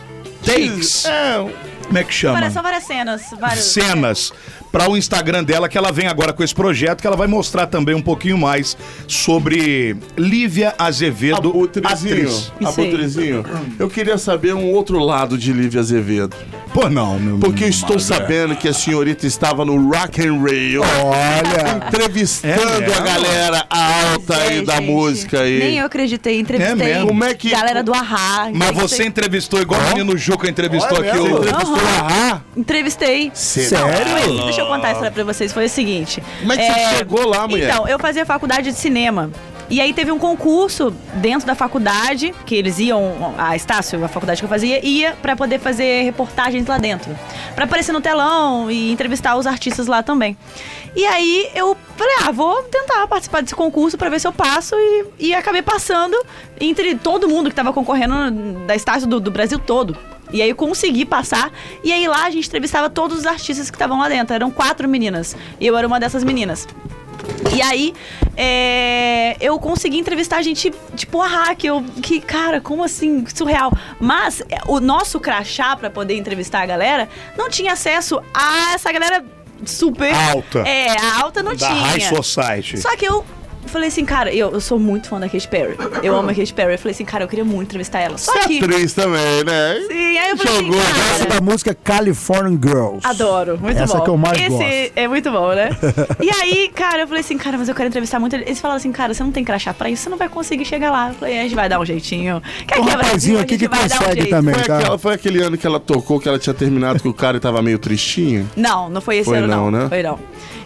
Speaker 3: takes.
Speaker 5: um
Speaker 3: Como é que chama?
Speaker 6: Várias- São várias cenas. Vários,
Speaker 3: cenas para o Instagram dela, que ela vem agora com esse projeto, que ela vai mostrar também um pouquinho mais sobre Lívia Azevedo,
Speaker 5: Abutrezinho,
Speaker 3: atriz.
Speaker 6: Isso aí.
Speaker 5: Abutrezinho, eu queria saber um outro lado de Lívia Azevedo.
Speaker 3: Pô, não, meu
Speaker 5: Porque eu
Speaker 3: meu
Speaker 5: estou
Speaker 3: maluco.
Speaker 5: sabendo que a senhorita estava no Rock and Rail.
Speaker 4: Olha,
Speaker 5: Entrevistando
Speaker 3: É mesmo?
Speaker 5: a galera alta
Speaker 6: É,
Speaker 5: aí da
Speaker 6: gente,
Speaker 5: música aí.
Speaker 6: Nem eu acreditei, entrevistei.
Speaker 3: mesmo?
Speaker 5: Como é que-
Speaker 6: Galera do Arra.
Speaker 3: Mas
Speaker 6: entrevistei-
Speaker 3: você entrevistou igual o menino Juca entrevistou
Speaker 5: Olha
Speaker 3: aqui
Speaker 5: mesmo?
Speaker 3: o.
Speaker 5: Entrevistou a
Speaker 6: Entrevistei.
Speaker 4: sério?
Speaker 6: Deixa eu contar a história pra vocês. Foi o seguinte.
Speaker 5: Como é que você chegou lá, mulher?
Speaker 6: Então, eu fazia faculdade de cinema. E aí teve um concurso dentro da faculdade, que eles iam, a Estácio, a faculdade que eu fazia, ia pra poder fazer reportagens lá dentro. Pra aparecer no telão e entrevistar os artistas lá também. E aí eu falei, ah, vou tentar participar desse concurso pra ver se eu passo. E, e acabei passando entre todo mundo que tava concorrendo da Estácio do, do Brasil todo. E aí eu consegui passar. E aí lá a gente entrevistava todos os artistas que estavam lá dentro. Eram quatro meninas. E eu era uma dessas meninas. E aí, é, eu consegui entrevistar gente tipo a Hack, eu que, cara, como assim? Surreal. Mas é, o nosso crachá pra poder entrevistar a galera não tinha acesso a essa galera super.
Speaker 3: Alta.
Speaker 6: É, a alta não
Speaker 3: Da
Speaker 6: tinha.
Speaker 3: High Society.
Speaker 6: Só que eu falei assim, cara, eu, eu sou muito fã da Katy Perry. Eu amo a Katy Perry. Eu falei assim, cara, eu queria muito entrevistar ela. Só
Speaker 5: Você é
Speaker 6: que.
Speaker 5: atriz também, né?
Speaker 6: Sim, aí eu falei
Speaker 5: Jogou, né?
Speaker 6: assim,
Speaker 4: Essa
Speaker 6: cara,
Speaker 4: da música Californian Girls.
Speaker 6: Adoro, muito bom.
Speaker 4: Essa que eu mais
Speaker 6: Esse
Speaker 4: gosto.
Speaker 6: é muito bom,
Speaker 4: (laughs)
Speaker 6: né? e aí, cara, eu falei assim, cara, mas eu quero entrevistar muito. ele. Eles falaram assim, cara, você não tem crachá pra isso, você não vai conseguir chegar lá. Eu falei, a gente vai dar um jeitinho. Quer
Speaker 4: Tem um
Speaker 6: que é Brasil,
Speaker 4: rapazinho
Speaker 6: a
Speaker 4: aqui
Speaker 6: gente
Speaker 4: que
Speaker 6: vai dar um
Speaker 4: consegue
Speaker 6: jeito.
Speaker 4: também,
Speaker 5: Foi,
Speaker 4: tá?
Speaker 5: aquela- foi aquele ano que ela tocou, que ela tinha terminado com o cara e tava meio tristinho?
Speaker 6: Não, não foi esse
Speaker 5: Foi
Speaker 6: ano,
Speaker 5: não,
Speaker 6: não.
Speaker 5: né?
Speaker 6: Foi não.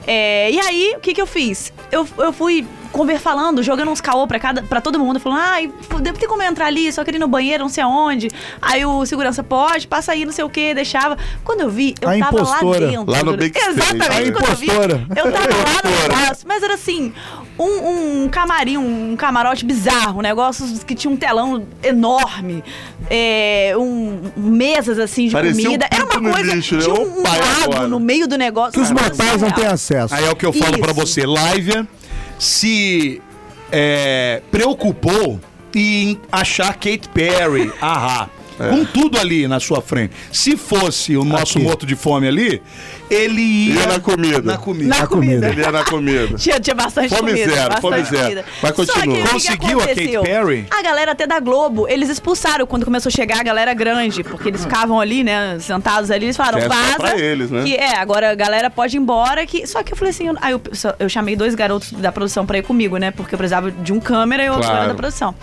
Speaker 6: É, e aí, o que que eu fiz? Eu, eu fui conver falando, jogando uns caô pra, cada, pra todo mundo, falando, ai, pô, deve ter como eu entrar ali, só queria ir no banheiro, não sei aonde. Aí o segurança, pode, passa aí, não sei o quê, deixava. Quando eu vi, eu
Speaker 4: A
Speaker 6: tava
Speaker 4: impostora.
Speaker 6: lá dentro.
Speaker 5: Lá no
Speaker 6: do-
Speaker 5: backstage.
Speaker 6: Exatamente,
Speaker 5: A
Speaker 6: quando eu vi,
Speaker 4: impostora.
Speaker 6: eu tava
Speaker 5: (laughs)
Speaker 6: lá no negócio, mas era assim, um, um camarim, um camarote bizarro, um negócio que tinha um telão enorme, é, um, mesas assim de
Speaker 5: Parecia um
Speaker 6: comida. era
Speaker 5: pinto no
Speaker 6: uma coisa,
Speaker 5: lixo, né?
Speaker 6: tinha um
Speaker 5: Opa, é agora.
Speaker 6: lago no meio do negócio.
Speaker 4: Que os
Speaker 6: Cara,
Speaker 4: mortais não têm acesso.
Speaker 3: Aí é o que eu falo
Speaker 6: Isso.
Speaker 3: pra você, Lívia se é, preocupou em achar Kate
Speaker 5: (laughs)
Speaker 3: Perry, ahá.
Speaker 5: É.
Speaker 3: Com tudo ali na sua frente. Se fosse o nosso
Speaker 4: Aqui.
Speaker 3: morto de fome ali, ele ia,
Speaker 5: Ia é na comida.
Speaker 3: Na comida.
Speaker 4: a comida.
Speaker 5: Ele ia na comida.
Speaker 6: Tinha, tinha bastante
Speaker 5: Fome
Speaker 6: comida.
Speaker 5: zero,
Speaker 6: bastante
Speaker 5: fome zero.
Speaker 6: comida.
Speaker 5: Mas continua.
Speaker 6: Só que o que
Speaker 3: Conseguiu a Katy
Speaker 6: aconteceu?
Speaker 3: Perry?
Speaker 6: A galera até da Globo, eles expulsaram quando começou a chegar a galera grande, porque eles ficavam ali, né, sentados ali, eles falaram,
Speaker 5: É só
Speaker 6: vaza.
Speaker 5: pra eles, né?
Speaker 6: Que é, agora a galera pode ir embora. Que... Só que eu falei assim, eu- aí eu, só- eu chamei dois garotos da produção pra ir comigo, né, porque eu precisava de um câmera e outro
Speaker 5: Claro.
Speaker 6: cara da produção.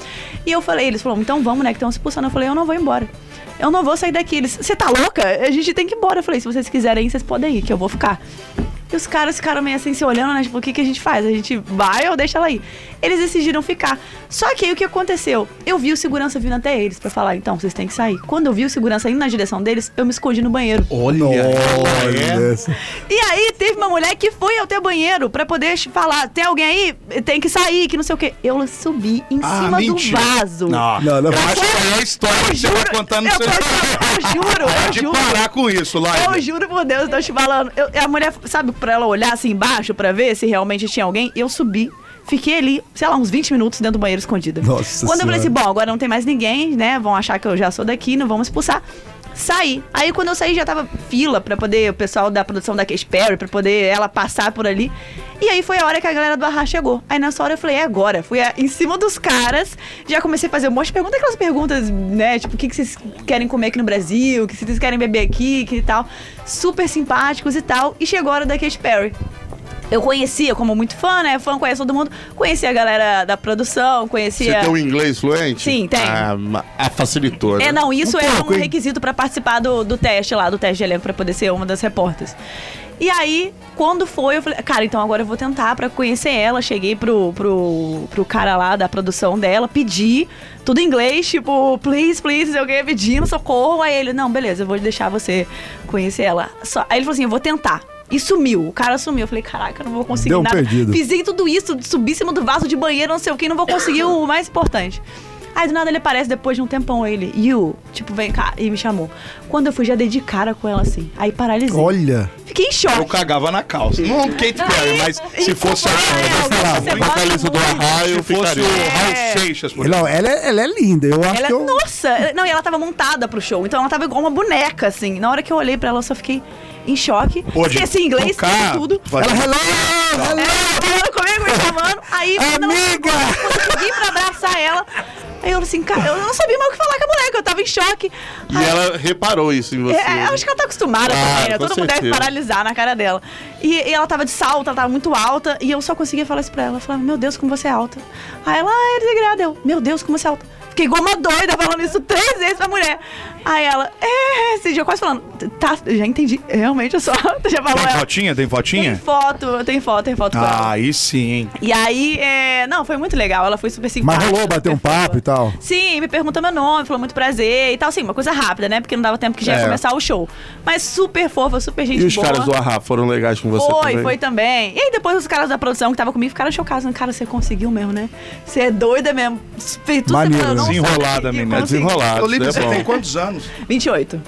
Speaker 6: E eu falei, eles falaram, então vamos, né, que estão expulsando. Eu falei, eu não vou embora. Eu não vou sair daqui. Eles, você tá louca? A gente tem que ir embora. Eu falei, se vocês quiserem ir, vocês podem ir, que eu vou ficar. E os caras ficaram meio assim se olhando, né? Tipo, o que, que a gente faz? A gente vai ou deixa ela ir? Eles decidiram ficar. Só que aí o que aconteceu? Eu vi o segurança vindo até eles pra falar, então, vocês têm que sair. Quando eu vi o segurança indo na direção deles, eu me escondi no banheiro.
Speaker 3: Olha, É.
Speaker 4: Olha.
Speaker 6: E aí teve uma mulher que foi até o banheiro pra poder falar, tem alguém aí? Tem que sair, que não sei o quê. Eu subi em
Speaker 3: Ah,
Speaker 6: cima
Speaker 3: mentira.
Speaker 6: do vaso.
Speaker 3: Não,
Speaker 4: Não, não
Speaker 3: eu
Speaker 4: foi.
Speaker 3: acho que é a história que você vai contar no
Speaker 6: eu,
Speaker 3: seu
Speaker 6: tô-
Speaker 3: (laughs)
Speaker 6: eu juro, eu
Speaker 3: Pode
Speaker 6: juro.
Speaker 3: parar com isso,
Speaker 6: Eu
Speaker 3: Lívia.
Speaker 6: juro por Deus, eu tô te falando. Eu- a mulher, sabe, pra ela olhar assim embaixo pra ver se realmente tinha alguém, eu subi. Fiquei ali, sei lá, uns 20 minutos dentro do banheiro escondida.
Speaker 4: Nossa
Speaker 6: Quando eu falei
Speaker 4: Senhora.
Speaker 6: assim, bom, agora não tem mais ninguém, né? Vão achar que eu já sou daqui, não vão me expulsar. Saí. Aí quando eu saí já tava fila pra poder o pessoal da produção da Case Perry, pra poder ela passar por ali. E aí foi a hora que a galera do Arra chegou. Aí nessa hora eu falei, é agora. Fui a- em cima dos caras, já comecei a fazer um monte de perguntas, aquelas perguntas, né? Tipo, o que, que vocês querem comer aqui no Brasil? O que vocês querem beber aqui? Que tal? Super simpáticos e tal. E chegou a hora da Case Perry eu conhecia como muito fã, né? Fã, conhece todo mundo. Conhecia a galera da produção,
Speaker 5: Você
Speaker 6: conhecia.
Speaker 5: tem um o inglês fluente?
Speaker 6: Sim, tenho.
Speaker 5: Ah, ma- ah, facilitou, né?
Speaker 6: É, não, isso
Speaker 4: Um
Speaker 6: era
Speaker 4: pouco,
Speaker 6: um
Speaker 4: hein?
Speaker 6: requisito pra participar do, do teste lá, do teste de elenco, pra poder ser uma das repórteres. E aí, quando foi, eu falei, cara, então agora eu vou tentar pra conhecer ela. Cheguei pro, pro, pro cara lá da produção dela, pedi, tudo em inglês, tipo, please, please, eu ganhei pedindo socorro. Aí ele, não, beleza, eu vou deixar você conhecer ela. Só- aí ele falou assim, eu vou tentar. E sumiu, o cara sumiu. Eu falei, caraca, eu não vou conseguir
Speaker 4: Deu um
Speaker 6: nada.
Speaker 4: perdido.
Speaker 6: Fiz Fiz tudo isso, subi em cima do vaso de banheiro, não sei o que, não vou conseguir o mais importante. Aí do nada ele aparece depois de um tempão, ele, you, tipo, vem cá, e me chamou. Quando eu fui, já dei de cara com ela assim. Aí paralisei.
Speaker 4: Olha.
Speaker 6: Fiquei em
Speaker 3: Eu
Speaker 6: choque.
Speaker 3: cagava na calça. Não Kate Perry,
Speaker 6: Aí,
Speaker 3: mas se
Speaker 6: isso
Speaker 3: fosse a
Speaker 6: foi real,
Speaker 3: Ela,
Speaker 6: você
Speaker 3: sei lá,
Speaker 6: gosta
Speaker 5: vocalista do
Speaker 6: muito.
Speaker 5: Arraia, eu
Speaker 3: se fosse
Speaker 5: ficaria.
Speaker 3: o
Speaker 6: É.
Speaker 3: Raul Seixas, por
Speaker 4: Não, ela, é, ela é linda. Eu acho
Speaker 6: Ela,
Speaker 4: que eu.
Speaker 6: nossa! ela- Não, e ela tava montada pro show, então ela tava igual uma boneca, assim. Na hora que eu olhei pra ela, eu só fiquei em choque.
Speaker 3: Pode
Speaker 6: Esqueci assim, inglês, esqueci
Speaker 3: tocar,
Speaker 6: tudo.
Speaker 3: fazer-
Speaker 4: Ela, hello! hello.
Speaker 6: É, falando comigo, me chamando. Aí,
Speaker 3: é
Speaker 6: quando ela-
Speaker 4: Amiga!
Speaker 6: quando eu consegui pra abraçar ela, aí eu assim, cara, eu não sabia mais o que falar com a boneca, eu tava em choque.
Speaker 5: E
Speaker 6: Aí-
Speaker 5: ela reparou isso em você.
Speaker 6: É, é,
Speaker 5: né?
Speaker 6: acho que ela tá acostumada
Speaker 4: Ah,
Speaker 5: Claro,
Speaker 6: também, né?
Speaker 5: com
Speaker 6: Todo mundo deve
Speaker 5: certeza.
Speaker 6: paralisar na cara dela. E, e ela tava de salto, ela tava muito alta, e eu só conseguia falar isso pra ela. Eu falava, meu Deus, como você é alta. Aí ela, ah, é desgraçada. Eu, meu Deus, como você é alta. Fiquei igual uma doida falando isso três vezes pra mulher. Aí ela, é, esse dia eu quase falando, tá, já entendi, realmente eu sou alta, (laughs) já falou
Speaker 3: Tem
Speaker 6: ela. é
Speaker 3: fotinha? Tem
Speaker 6: Tem
Speaker 3: fotinha?
Speaker 6: foto, tem foto, tem foto com ela.
Speaker 3: Ah, aí sim, hein?
Speaker 6: E aí, é, não, foi muito legal. Ela foi super
Speaker 4: Mas
Speaker 6: simpática.
Speaker 4: rolou, bateu um
Speaker 6: super
Speaker 4: papo
Speaker 6: fofa.
Speaker 4: e tal.
Speaker 6: Sim, me perguntou meu nome, falou muito prazer e tal. Sim, uma coisa rápida, né? Porque não dava tempo que já ia
Speaker 3: É.
Speaker 6: começar o show. Mas super fofa, super gente
Speaker 5: E os
Speaker 6: boa.
Speaker 5: caras do Arra foram legais com você
Speaker 6: foi,
Speaker 5: também?
Speaker 6: foi também. E aí depois os caras da produção que tava comigo ficaram chocados. né? Cara, você conseguiu mesmo, né? Você é doida mesmo. Fez tudo
Speaker 4: Maneiro,
Speaker 6: separado, não sabe
Speaker 3: desenrolada,
Speaker 6: que- que
Speaker 3: menina,
Speaker 6: consegui.
Speaker 5: Desenrolado,
Speaker 3: Olívia,
Speaker 5: isso é
Speaker 3: você tem
Speaker 5: bom.
Speaker 3: quantos anos?
Speaker 6: 28.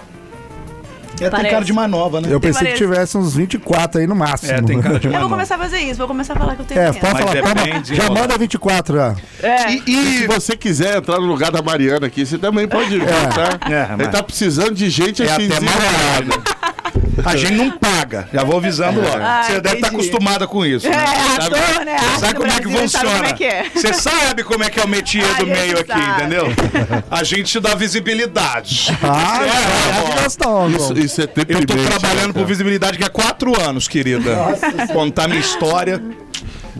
Speaker 3: É, tem
Speaker 6: Parece.
Speaker 3: cara de mais nova, né?
Speaker 4: Eu pensei que
Speaker 6: parece.
Speaker 4: tivesse uns 24 aí no máximo.
Speaker 3: É, tem (laughs) cara de
Speaker 6: Eu
Speaker 3: mais
Speaker 6: vou
Speaker 3: nova.
Speaker 6: começar a fazer isso, vou começar a falar que eu tenho
Speaker 4: (laughs) É,
Speaker 6: 30.
Speaker 4: pode
Speaker 3: Mas
Speaker 4: falar.
Speaker 3: é
Speaker 4: toma,
Speaker 3: bem
Speaker 4: já
Speaker 3: desenrolado.
Speaker 4: manda 24 já.
Speaker 6: É.
Speaker 3: E,
Speaker 5: E se
Speaker 3: e
Speaker 5: você quiser entrar no lugar da Mariana aqui, você também pode vir, tá?
Speaker 3: É, mas-
Speaker 5: Ele tá precisando de gente
Speaker 3: é
Speaker 5: assim.
Speaker 3: até
Speaker 5: desenrolada.
Speaker 3: mais A gente não paga. Já vou avisando
Speaker 4: É.
Speaker 3: logo.
Speaker 6: Ah,
Speaker 3: Você deve estar
Speaker 6: entendi.
Speaker 3: acostumada com isso.
Speaker 6: É,
Speaker 3: né?
Speaker 6: ator,
Speaker 3: Sabe-
Speaker 6: né? Arte
Speaker 3: Sabe
Speaker 6: do
Speaker 3: como é que
Speaker 6: Brasil, sabe
Speaker 3: funciona?
Speaker 6: como é que é.
Speaker 3: Você sabe como é que é o métier
Speaker 6: (laughs) A
Speaker 3: do
Speaker 6: gente
Speaker 3: meio aqui,
Speaker 6: sabe.
Speaker 3: entendeu? A gente te dá visibilidade.
Speaker 4: Ah,
Speaker 3: É,
Speaker 4: já, já gastão,
Speaker 5: Isso, isso é deprimente.
Speaker 3: Eu tô trabalhando
Speaker 5: cara.
Speaker 3: por visibilidade que há quatro anos, querida. Contar minha história,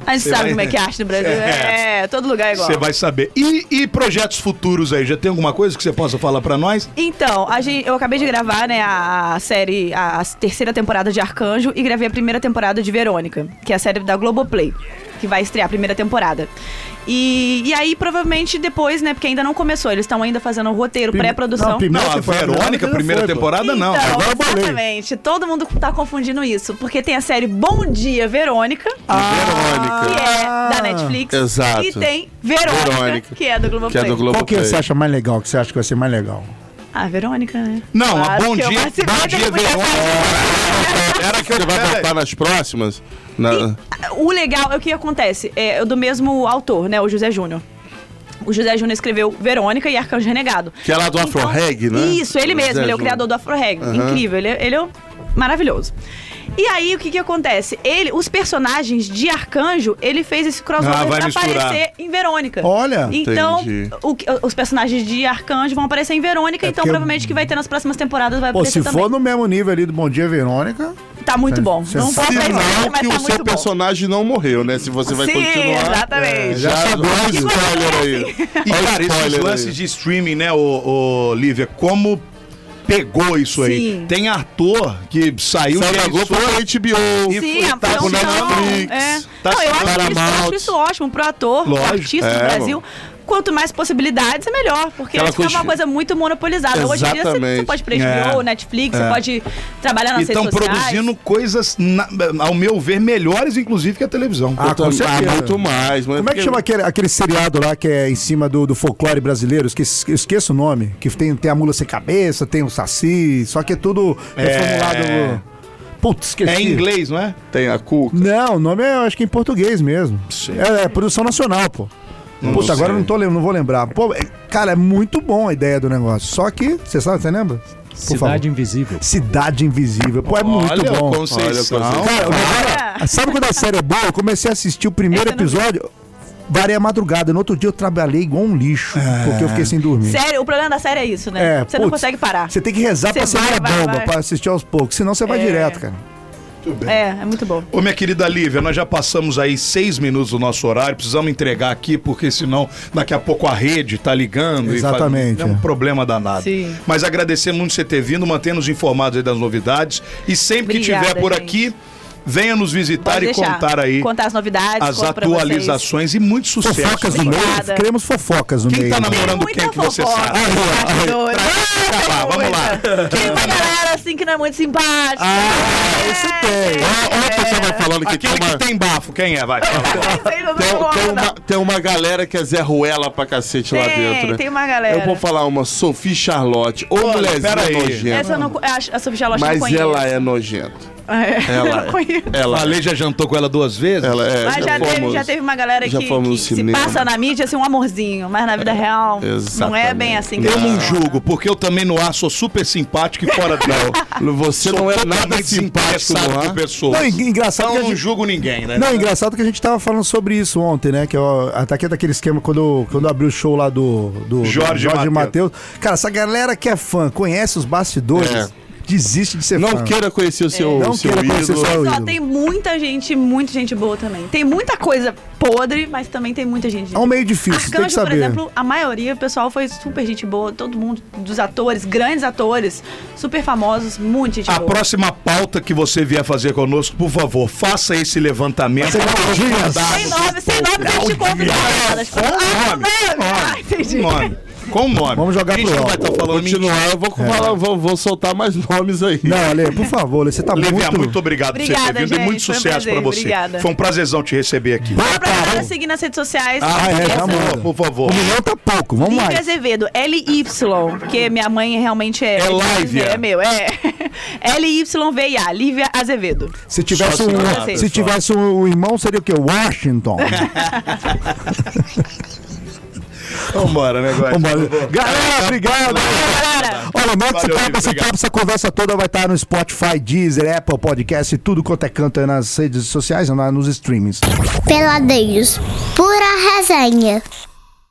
Speaker 6: A gente sabe
Speaker 3: vai-
Speaker 6: como é que é a arte do Brasil.
Speaker 3: É.
Speaker 6: É, todo lugar é igual.
Speaker 3: você vai saber. E, e projetos futuros aí? Já tem alguma coisa que você possa falar pra nós?
Speaker 6: Então, a gente, eu acabei de gravar, né, a série, a, a terceira temporada de Arcanjo e gravei a primeira temporada de Verônica, que é a série da Globoplay, que vai estrear a primeira temporada. E, e aí, provavelmente, depois, né, porque ainda não começou, eles estão ainda fazendo o roteiro, pré-produção.
Speaker 4: prim- Primeira
Speaker 3: não, a
Speaker 4: temporada,
Speaker 3: Verônica,
Speaker 4: já
Speaker 3: primeira
Speaker 4: foi, pô.
Speaker 3: temporada, não.
Speaker 6: Então,
Speaker 4: agora eu bolei.
Speaker 6: exatamente. Todo mundo tá confundindo isso, porque tem a série Bom Dia Verônica,
Speaker 3: Ah.
Speaker 6: que
Speaker 5: Verônica.
Speaker 6: é da Netflix,
Speaker 5: Exato.
Speaker 6: e tem Verônica,
Speaker 5: Verônica,
Speaker 6: que é da Globoplay.
Speaker 5: Que é do Globo
Speaker 4: Qual que você acha mais legal? Que você acha que vai ser mais legal?
Speaker 6: Ah, Verônica, né?
Speaker 3: Não, a
Speaker 6: Claro
Speaker 3: Bom
Speaker 6: que eu
Speaker 3: Dia,
Speaker 6: participei
Speaker 3: Bom
Speaker 6: da
Speaker 3: Dia
Speaker 6: comunicação.
Speaker 3: Verônica. Era que eu
Speaker 5: Você vai
Speaker 3: peraí.
Speaker 5: voltar nas próximas? Na-
Speaker 6: O legal é o que acontece. É do mesmo autor, né? O José Júnior. O José Júnior escreveu Verônica e Arcanjo Renegado.
Speaker 5: Que é lá do Afro Reg, né?
Speaker 6: Então, Isso, ele
Speaker 5: O
Speaker 6: mesmo.
Speaker 5: José
Speaker 6: ele é
Speaker 5: Júnior.
Speaker 6: o criador do Afro Reg.
Speaker 5: Aham.
Speaker 6: Incrível. Ele, é- ele é o- maravilhoso. E aí, o que que acontece? Ele, os personagens de Arcanjo, ele fez esse crossover
Speaker 3: Ah, vai
Speaker 6: pra
Speaker 3: misturar.
Speaker 6: aparecer em Verônica.
Speaker 4: Olha.
Speaker 6: Então,
Speaker 5: Entendi. É
Speaker 6: o que- os personagens de Arcanjo vão aparecer em Verônica, então
Speaker 4: porque-
Speaker 6: provavelmente que vai ter nas próximas temporadas vai
Speaker 4: Pô,
Speaker 6: aparecer
Speaker 4: se
Speaker 6: também.
Speaker 4: for no mesmo nível ali do Bom Dia Verônica,
Speaker 6: Tá muito bom.
Speaker 4: Se-
Speaker 6: Não posso dizer,
Speaker 5: Sinal
Speaker 6: mas
Speaker 5: que
Speaker 6: tá
Speaker 5: o seu
Speaker 6: muito bom.
Speaker 5: personagem não morreu, né? Se você vai
Speaker 6: Sim,
Speaker 5: continuar. é,
Speaker 6: exatamente.
Speaker 5: Já
Speaker 4: sabe.
Speaker 5: sabe o spoiler aí.
Speaker 3: E,
Speaker 5: Olha o
Speaker 3: cara, esses
Speaker 5: spoiler
Speaker 3: lances
Speaker 5: aí.
Speaker 3: de streaming, né, ô, ô, Lívia, como pegou isso aí?
Speaker 6: Sim.
Speaker 3: Tem ator que saiu
Speaker 5: Saiu
Speaker 3: de
Speaker 5: da Globo
Speaker 3: emissora-
Speaker 5: pra HBO.
Speaker 6: Sim, a
Speaker 5: tá com
Speaker 6: produção,
Speaker 5: Netflix. Tá
Speaker 6: é. Não, eu
Speaker 5: com
Speaker 6: acho, isso, eu
Speaker 5: Paramount.
Speaker 6: acho isso ótimo pro ator, pro
Speaker 3: Lógico,
Speaker 6: artista
Speaker 5: é,
Speaker 6: do Brasil. Quanto mais possibilidades, é melhor. Porque
Speaker 5: Aquela
Speaker 6: antes ficava uma
Speaker 5: coisa-
Speaker 6: coisa muito monopolizada. Hoje em dia você,
Speaker 5: Exatamente.
Speaker 6: você pode pra HBO,
Speaker 3: É.
Speaker 6: Netflix,
Speaker 3: É.
Speaker 6: você pode trabalhar nas
Speaker 3: E estão
Speaker 6: redes sociais.
Speaker 3: produzindo coisas, na- ao meu ver, melhores, inclusive, que a televisão.
Speaker 4: Ah, com
Speaker 5: Tá-
Speaker 4: certeza.
Speaker 5: Ah, muito mais. mas
Speaker 4: Como é que
Speaker 5: porque-
Speaker 4: chama aquele, aquele seriado lá que é em cima do, do folclore brasileiro? Esqueci, eu esqueço o nome. Que tem, tem a mula sem cabeça, tem o saci, só que é tudo reformulado. Putz, esqueci.
Speaker 3: É em inglês, não é?
Speaker 5: Tem a Cuca.
Speaker 4: Não, o nome é, eu acho que é em português mesmo.
Speaker 3: Sei.
Speaker 4: É, é produção nacional, pô.
Speaker 3: Não
Speaker 4: Puta, agora eu
Speaker 3: sei.
Speaker 4: não, tô, lem- não vou lembrar. Pô, é- cara, é muito bom a ideia do negócio. Só que, você sabe, você lembra? Por
Speaker 8: Cidade Invisível.
Speaker 4: Cidade Invisível. Pô, é muito
Speaker 3: Olha,
Speaker 4: bom.
Speaker 3: o Conceição.
Speaker 5: Olha, o Conceição.
Speaker 4: Cara, o negócio- sabe quando a série é boa? Eu comecei a assistir o primeiro
Speaker 6: Essa eu É, não vi.
Speaker 4: episódio, varei a madrugada. No outro dia eu trabalhei igual um lixo,
Speaker 3: É.
Speaker 4: porque eu fiquei sem dormir.
Speaker 6: Sério, o problema da série é isso, né?
Speaker 4: É,
Speaker 6: você não
Speaker 4: putz,
Speaker 6: consegue parar.
Speaker 4: Você tem que rezar
Speaker 6: Você
Speaker 4: pra ser uma
Speaker 6: vai, vai,
Speaker 4: bomba,
Speaker 6: vai.
Speaker 4: pra assistir aos poucos, senão você vai
Speaker 6: É.
Speaker 4: direto, cara.
Speaker 6: É, é muito bom.
Speaker 3: Ô, minha querida Lívia, nós já passamos aí seis minutos do nosso horário, precisamos entregar aqui, porque senão daqui a pouco a rede tá ligando. e faz-
Speaker 4: Exatamente,
Speaker 3: é um
Speaker 4: é.
Speaker 3: problema danado.
Speaker 6: Sim.
Speaker 3: Mas agradecer muito você ter vindo, manter-nos informados aí das novidades. E sempre que
Speaker 6: Obrigada,
Speaker 3: tiver por
Speaker 6: gente.
Speaker 3: aqui, Venha nos visitar
Speaker 6: Pode
Speaker 3: e
Speaker 6: deixar.
Speaker 3: contar aí
Speaker 6: Contar as novidades,
Speaker 3: as
Speaker 6: conto pra vocês.
Speaker 3: atualizações e muito sucesso.
Speaker 4: Fofocas no meio.
Speaker 6: Obrigada.
Speaker 4: Queremos fofocas no
Speaker 3: Quem
Speaker 4: meio.
Speaker 3: tá namorando
Speaker 6: Muita
Speaker 3: quem é que você
Speaker 6: fofoca.
Speaker 3: sabe?
Speaker 6: Tá doido.
Speaker 3: acabar, vamos lá.
Speaker 6: Tem uma galera assim que não é muito simpática.
Speaker 4: Ah, esse
Speaker 6: É.
Speaker 4: tem.
Speaker 5: Olha o pessoal vai falando que tem
Speaker 3: Aquele
Speaker 5: uma,
Speaker 3: que tá tem bafo, quem é? Vai.
Speaker 5: tem- tem uma- tem uma galera que é Zé Ruela pra cacete lá
Speaker 6: Tem,
Speaker 5: dentro, né?
Speaker 6: tem uma galera.
Speaker 5: Eu vou falar uma, Sophie Charlotte, ou
Speaker 3: Olha,
Speaker 5: mulherzinha
Speaker 3: pera aí.
Speaker 5: nojenta.
Speaker 6: Essa eu não, co- acho- a Sophie Charlotte eu não
Speaker 5: Mas
Speaker 6: conheço. (laughs)
Speaker 5: ela é nojenta.
Speaker 6: É, eu
Speaker 5: Ela
Speaker 6: não conheço.
Speaker 5: é. Ela
Speaker 3: A
Speaker 5: é.
Speaker 3: Lei já jantou com ela duas vezes?
Speaker 5: Ela é.
Speaker 6: Mas já, teve, já teve uma galera
Speaker 5: já
Speaker 6: que,
Speaker 5: fomos no
Speaker 6: que se
Speaker 5: cinema.
Speaker 6: passa na mídia assim, um amorzinho, mas na vida real não é
Speaker 5: Exatamente.
Speaker 6: bem assim. que
Speaker 3: Eu não
Speaker 6: funciona.
Speaker 3: julgo, porque eu também no ar sou super simpático e fora do ar.
Speaker 5: Você não é nada
Speaker 3: Totalmente
Speaker 5: simpático
Speaker 3: desinteressado
Speaker 5: no
Speaker 3: por
Speaker 5: ar.
Speaker 3: pessoas.
Speaker 4: Não, en- engraçado
Speaker 3: Então
Speaker 4: que a
Speaker 3: eu não
Speaker 4: gente-
Speaker 3: julgo ninguém, né?
Speaker 4: Não, é engraçado que a gente tava falando sobre isso ontem, né? Que eu ataquei daquele esquema quando, quando abriu o show lá do, do
Speaker 3: Jorge
Speaker 4: do Jorge
Speaker 3: Mateus.
Speaker 4: Matheus. Cara, essa galera que é fã, conhece os bastidores,
Speaker 5: É.
Speaker 4: desiste de ser fã.
Speaker 5: Não queira conhecer o seu,
Speaker 4: Ah. É. Não
Speaker 5: seu
Speaker 4: queira
Speaker 5: ídolo.
Speaker 4: conhecer o seu-
Speaker 6: Só
Speaker 4: ídolo.
Speaker 6: tem muita gente, muita gente boa também. Tem muita coisa podre, mas também tem muita gente.
Speaker 4: É um meio difícil, tem que
Speaker 6: Arcanjo,
Speaker 4: saber.
Speaker 6: por exemplo, a maioria, o pessoal foi super gente boa, todo mundo, dos atores, grandes atores, super famosos, muito gente
Speaker 3: A
Speaker 6: boa.
Speaker 3: próxima pauta que você vier fazer conosco, por favor, faça esse levantamento.
Speaker 4: Sem nojinhas.
Speaker 6: Sem nome, sem nome, deixa de convidar. Ah, não, não. Ah, entendi.
Speaker 3: Com nome. Com nome.
Speaker 4: Vamos jogar
Speaker 3: a gente
Speaker 4: pro
Speaker 3: não
Speaker 4: alto.
Speaker 3: vai estar falando mentira. É.
Speaker 5: Continuar, Ah, eu vou, falar, vou, vou soltar mais nomes aí.
Speaker 4: Não, Ale, por favor, Ale, você tá
Speaker 3: Levia,
Speaker 4: muito...
Speaker 3: é muito, obrigado por você
Speaker 6: Obrigada,
Speaker 3: ter vindo e
Speaker 6: gente,
Speaker 3: muito
Speaker 6: foi um
Speaker 3: sucesso
Speaker 6: prazer,
Speaker 3: pra você.
Speaker 6: obrigada.
Speaker 3: Foi um prazerzão te receber aqui.
Speaker 6: Fala pra galera seguir nas redes sociais.
Speaker 4: Ah, é, já
Speaker 3: Por
Speaker 4: manda.
Speaker 3: favor, Por favor.
Speaker 4: Um milhão tá pouco, vamos
Speaker 6: Live
Speaker 4: lá.
Speaker 6: Azevedo, LY, porque minha mãe realmente é.
Speaker 3: É Lívia.
Speaker 6: É meu, é. (laughs) LYVIA, Lívia Azevedo.
Speaker 4: Se tivesse,
Speaker 6: Só
Speaker 4: um,
Speaker 6: assim.
Speaker 4: se tivesse um irmão, seria o quê? Washington.
Speaker 3: Vambora, né, Guai?
Speaker 4: Vambora. Galera, obrigado.
Speaker 6: Galera,
Speaker 4: Olha, não que se
Speaker 3: Valeu,
Speaker 4: acaba,
Speaker 3: Lívia,
Speaker 4: se
Speaker 3: obrigado.
Speaker 4: acaba, essa conversa toda vai estar no Spotify, Deezer, Apple Podcast, tudo quanto é canto aí nas redes sociais, lá nos streamings.
Speaker 7: Peladeiros, pura resenha.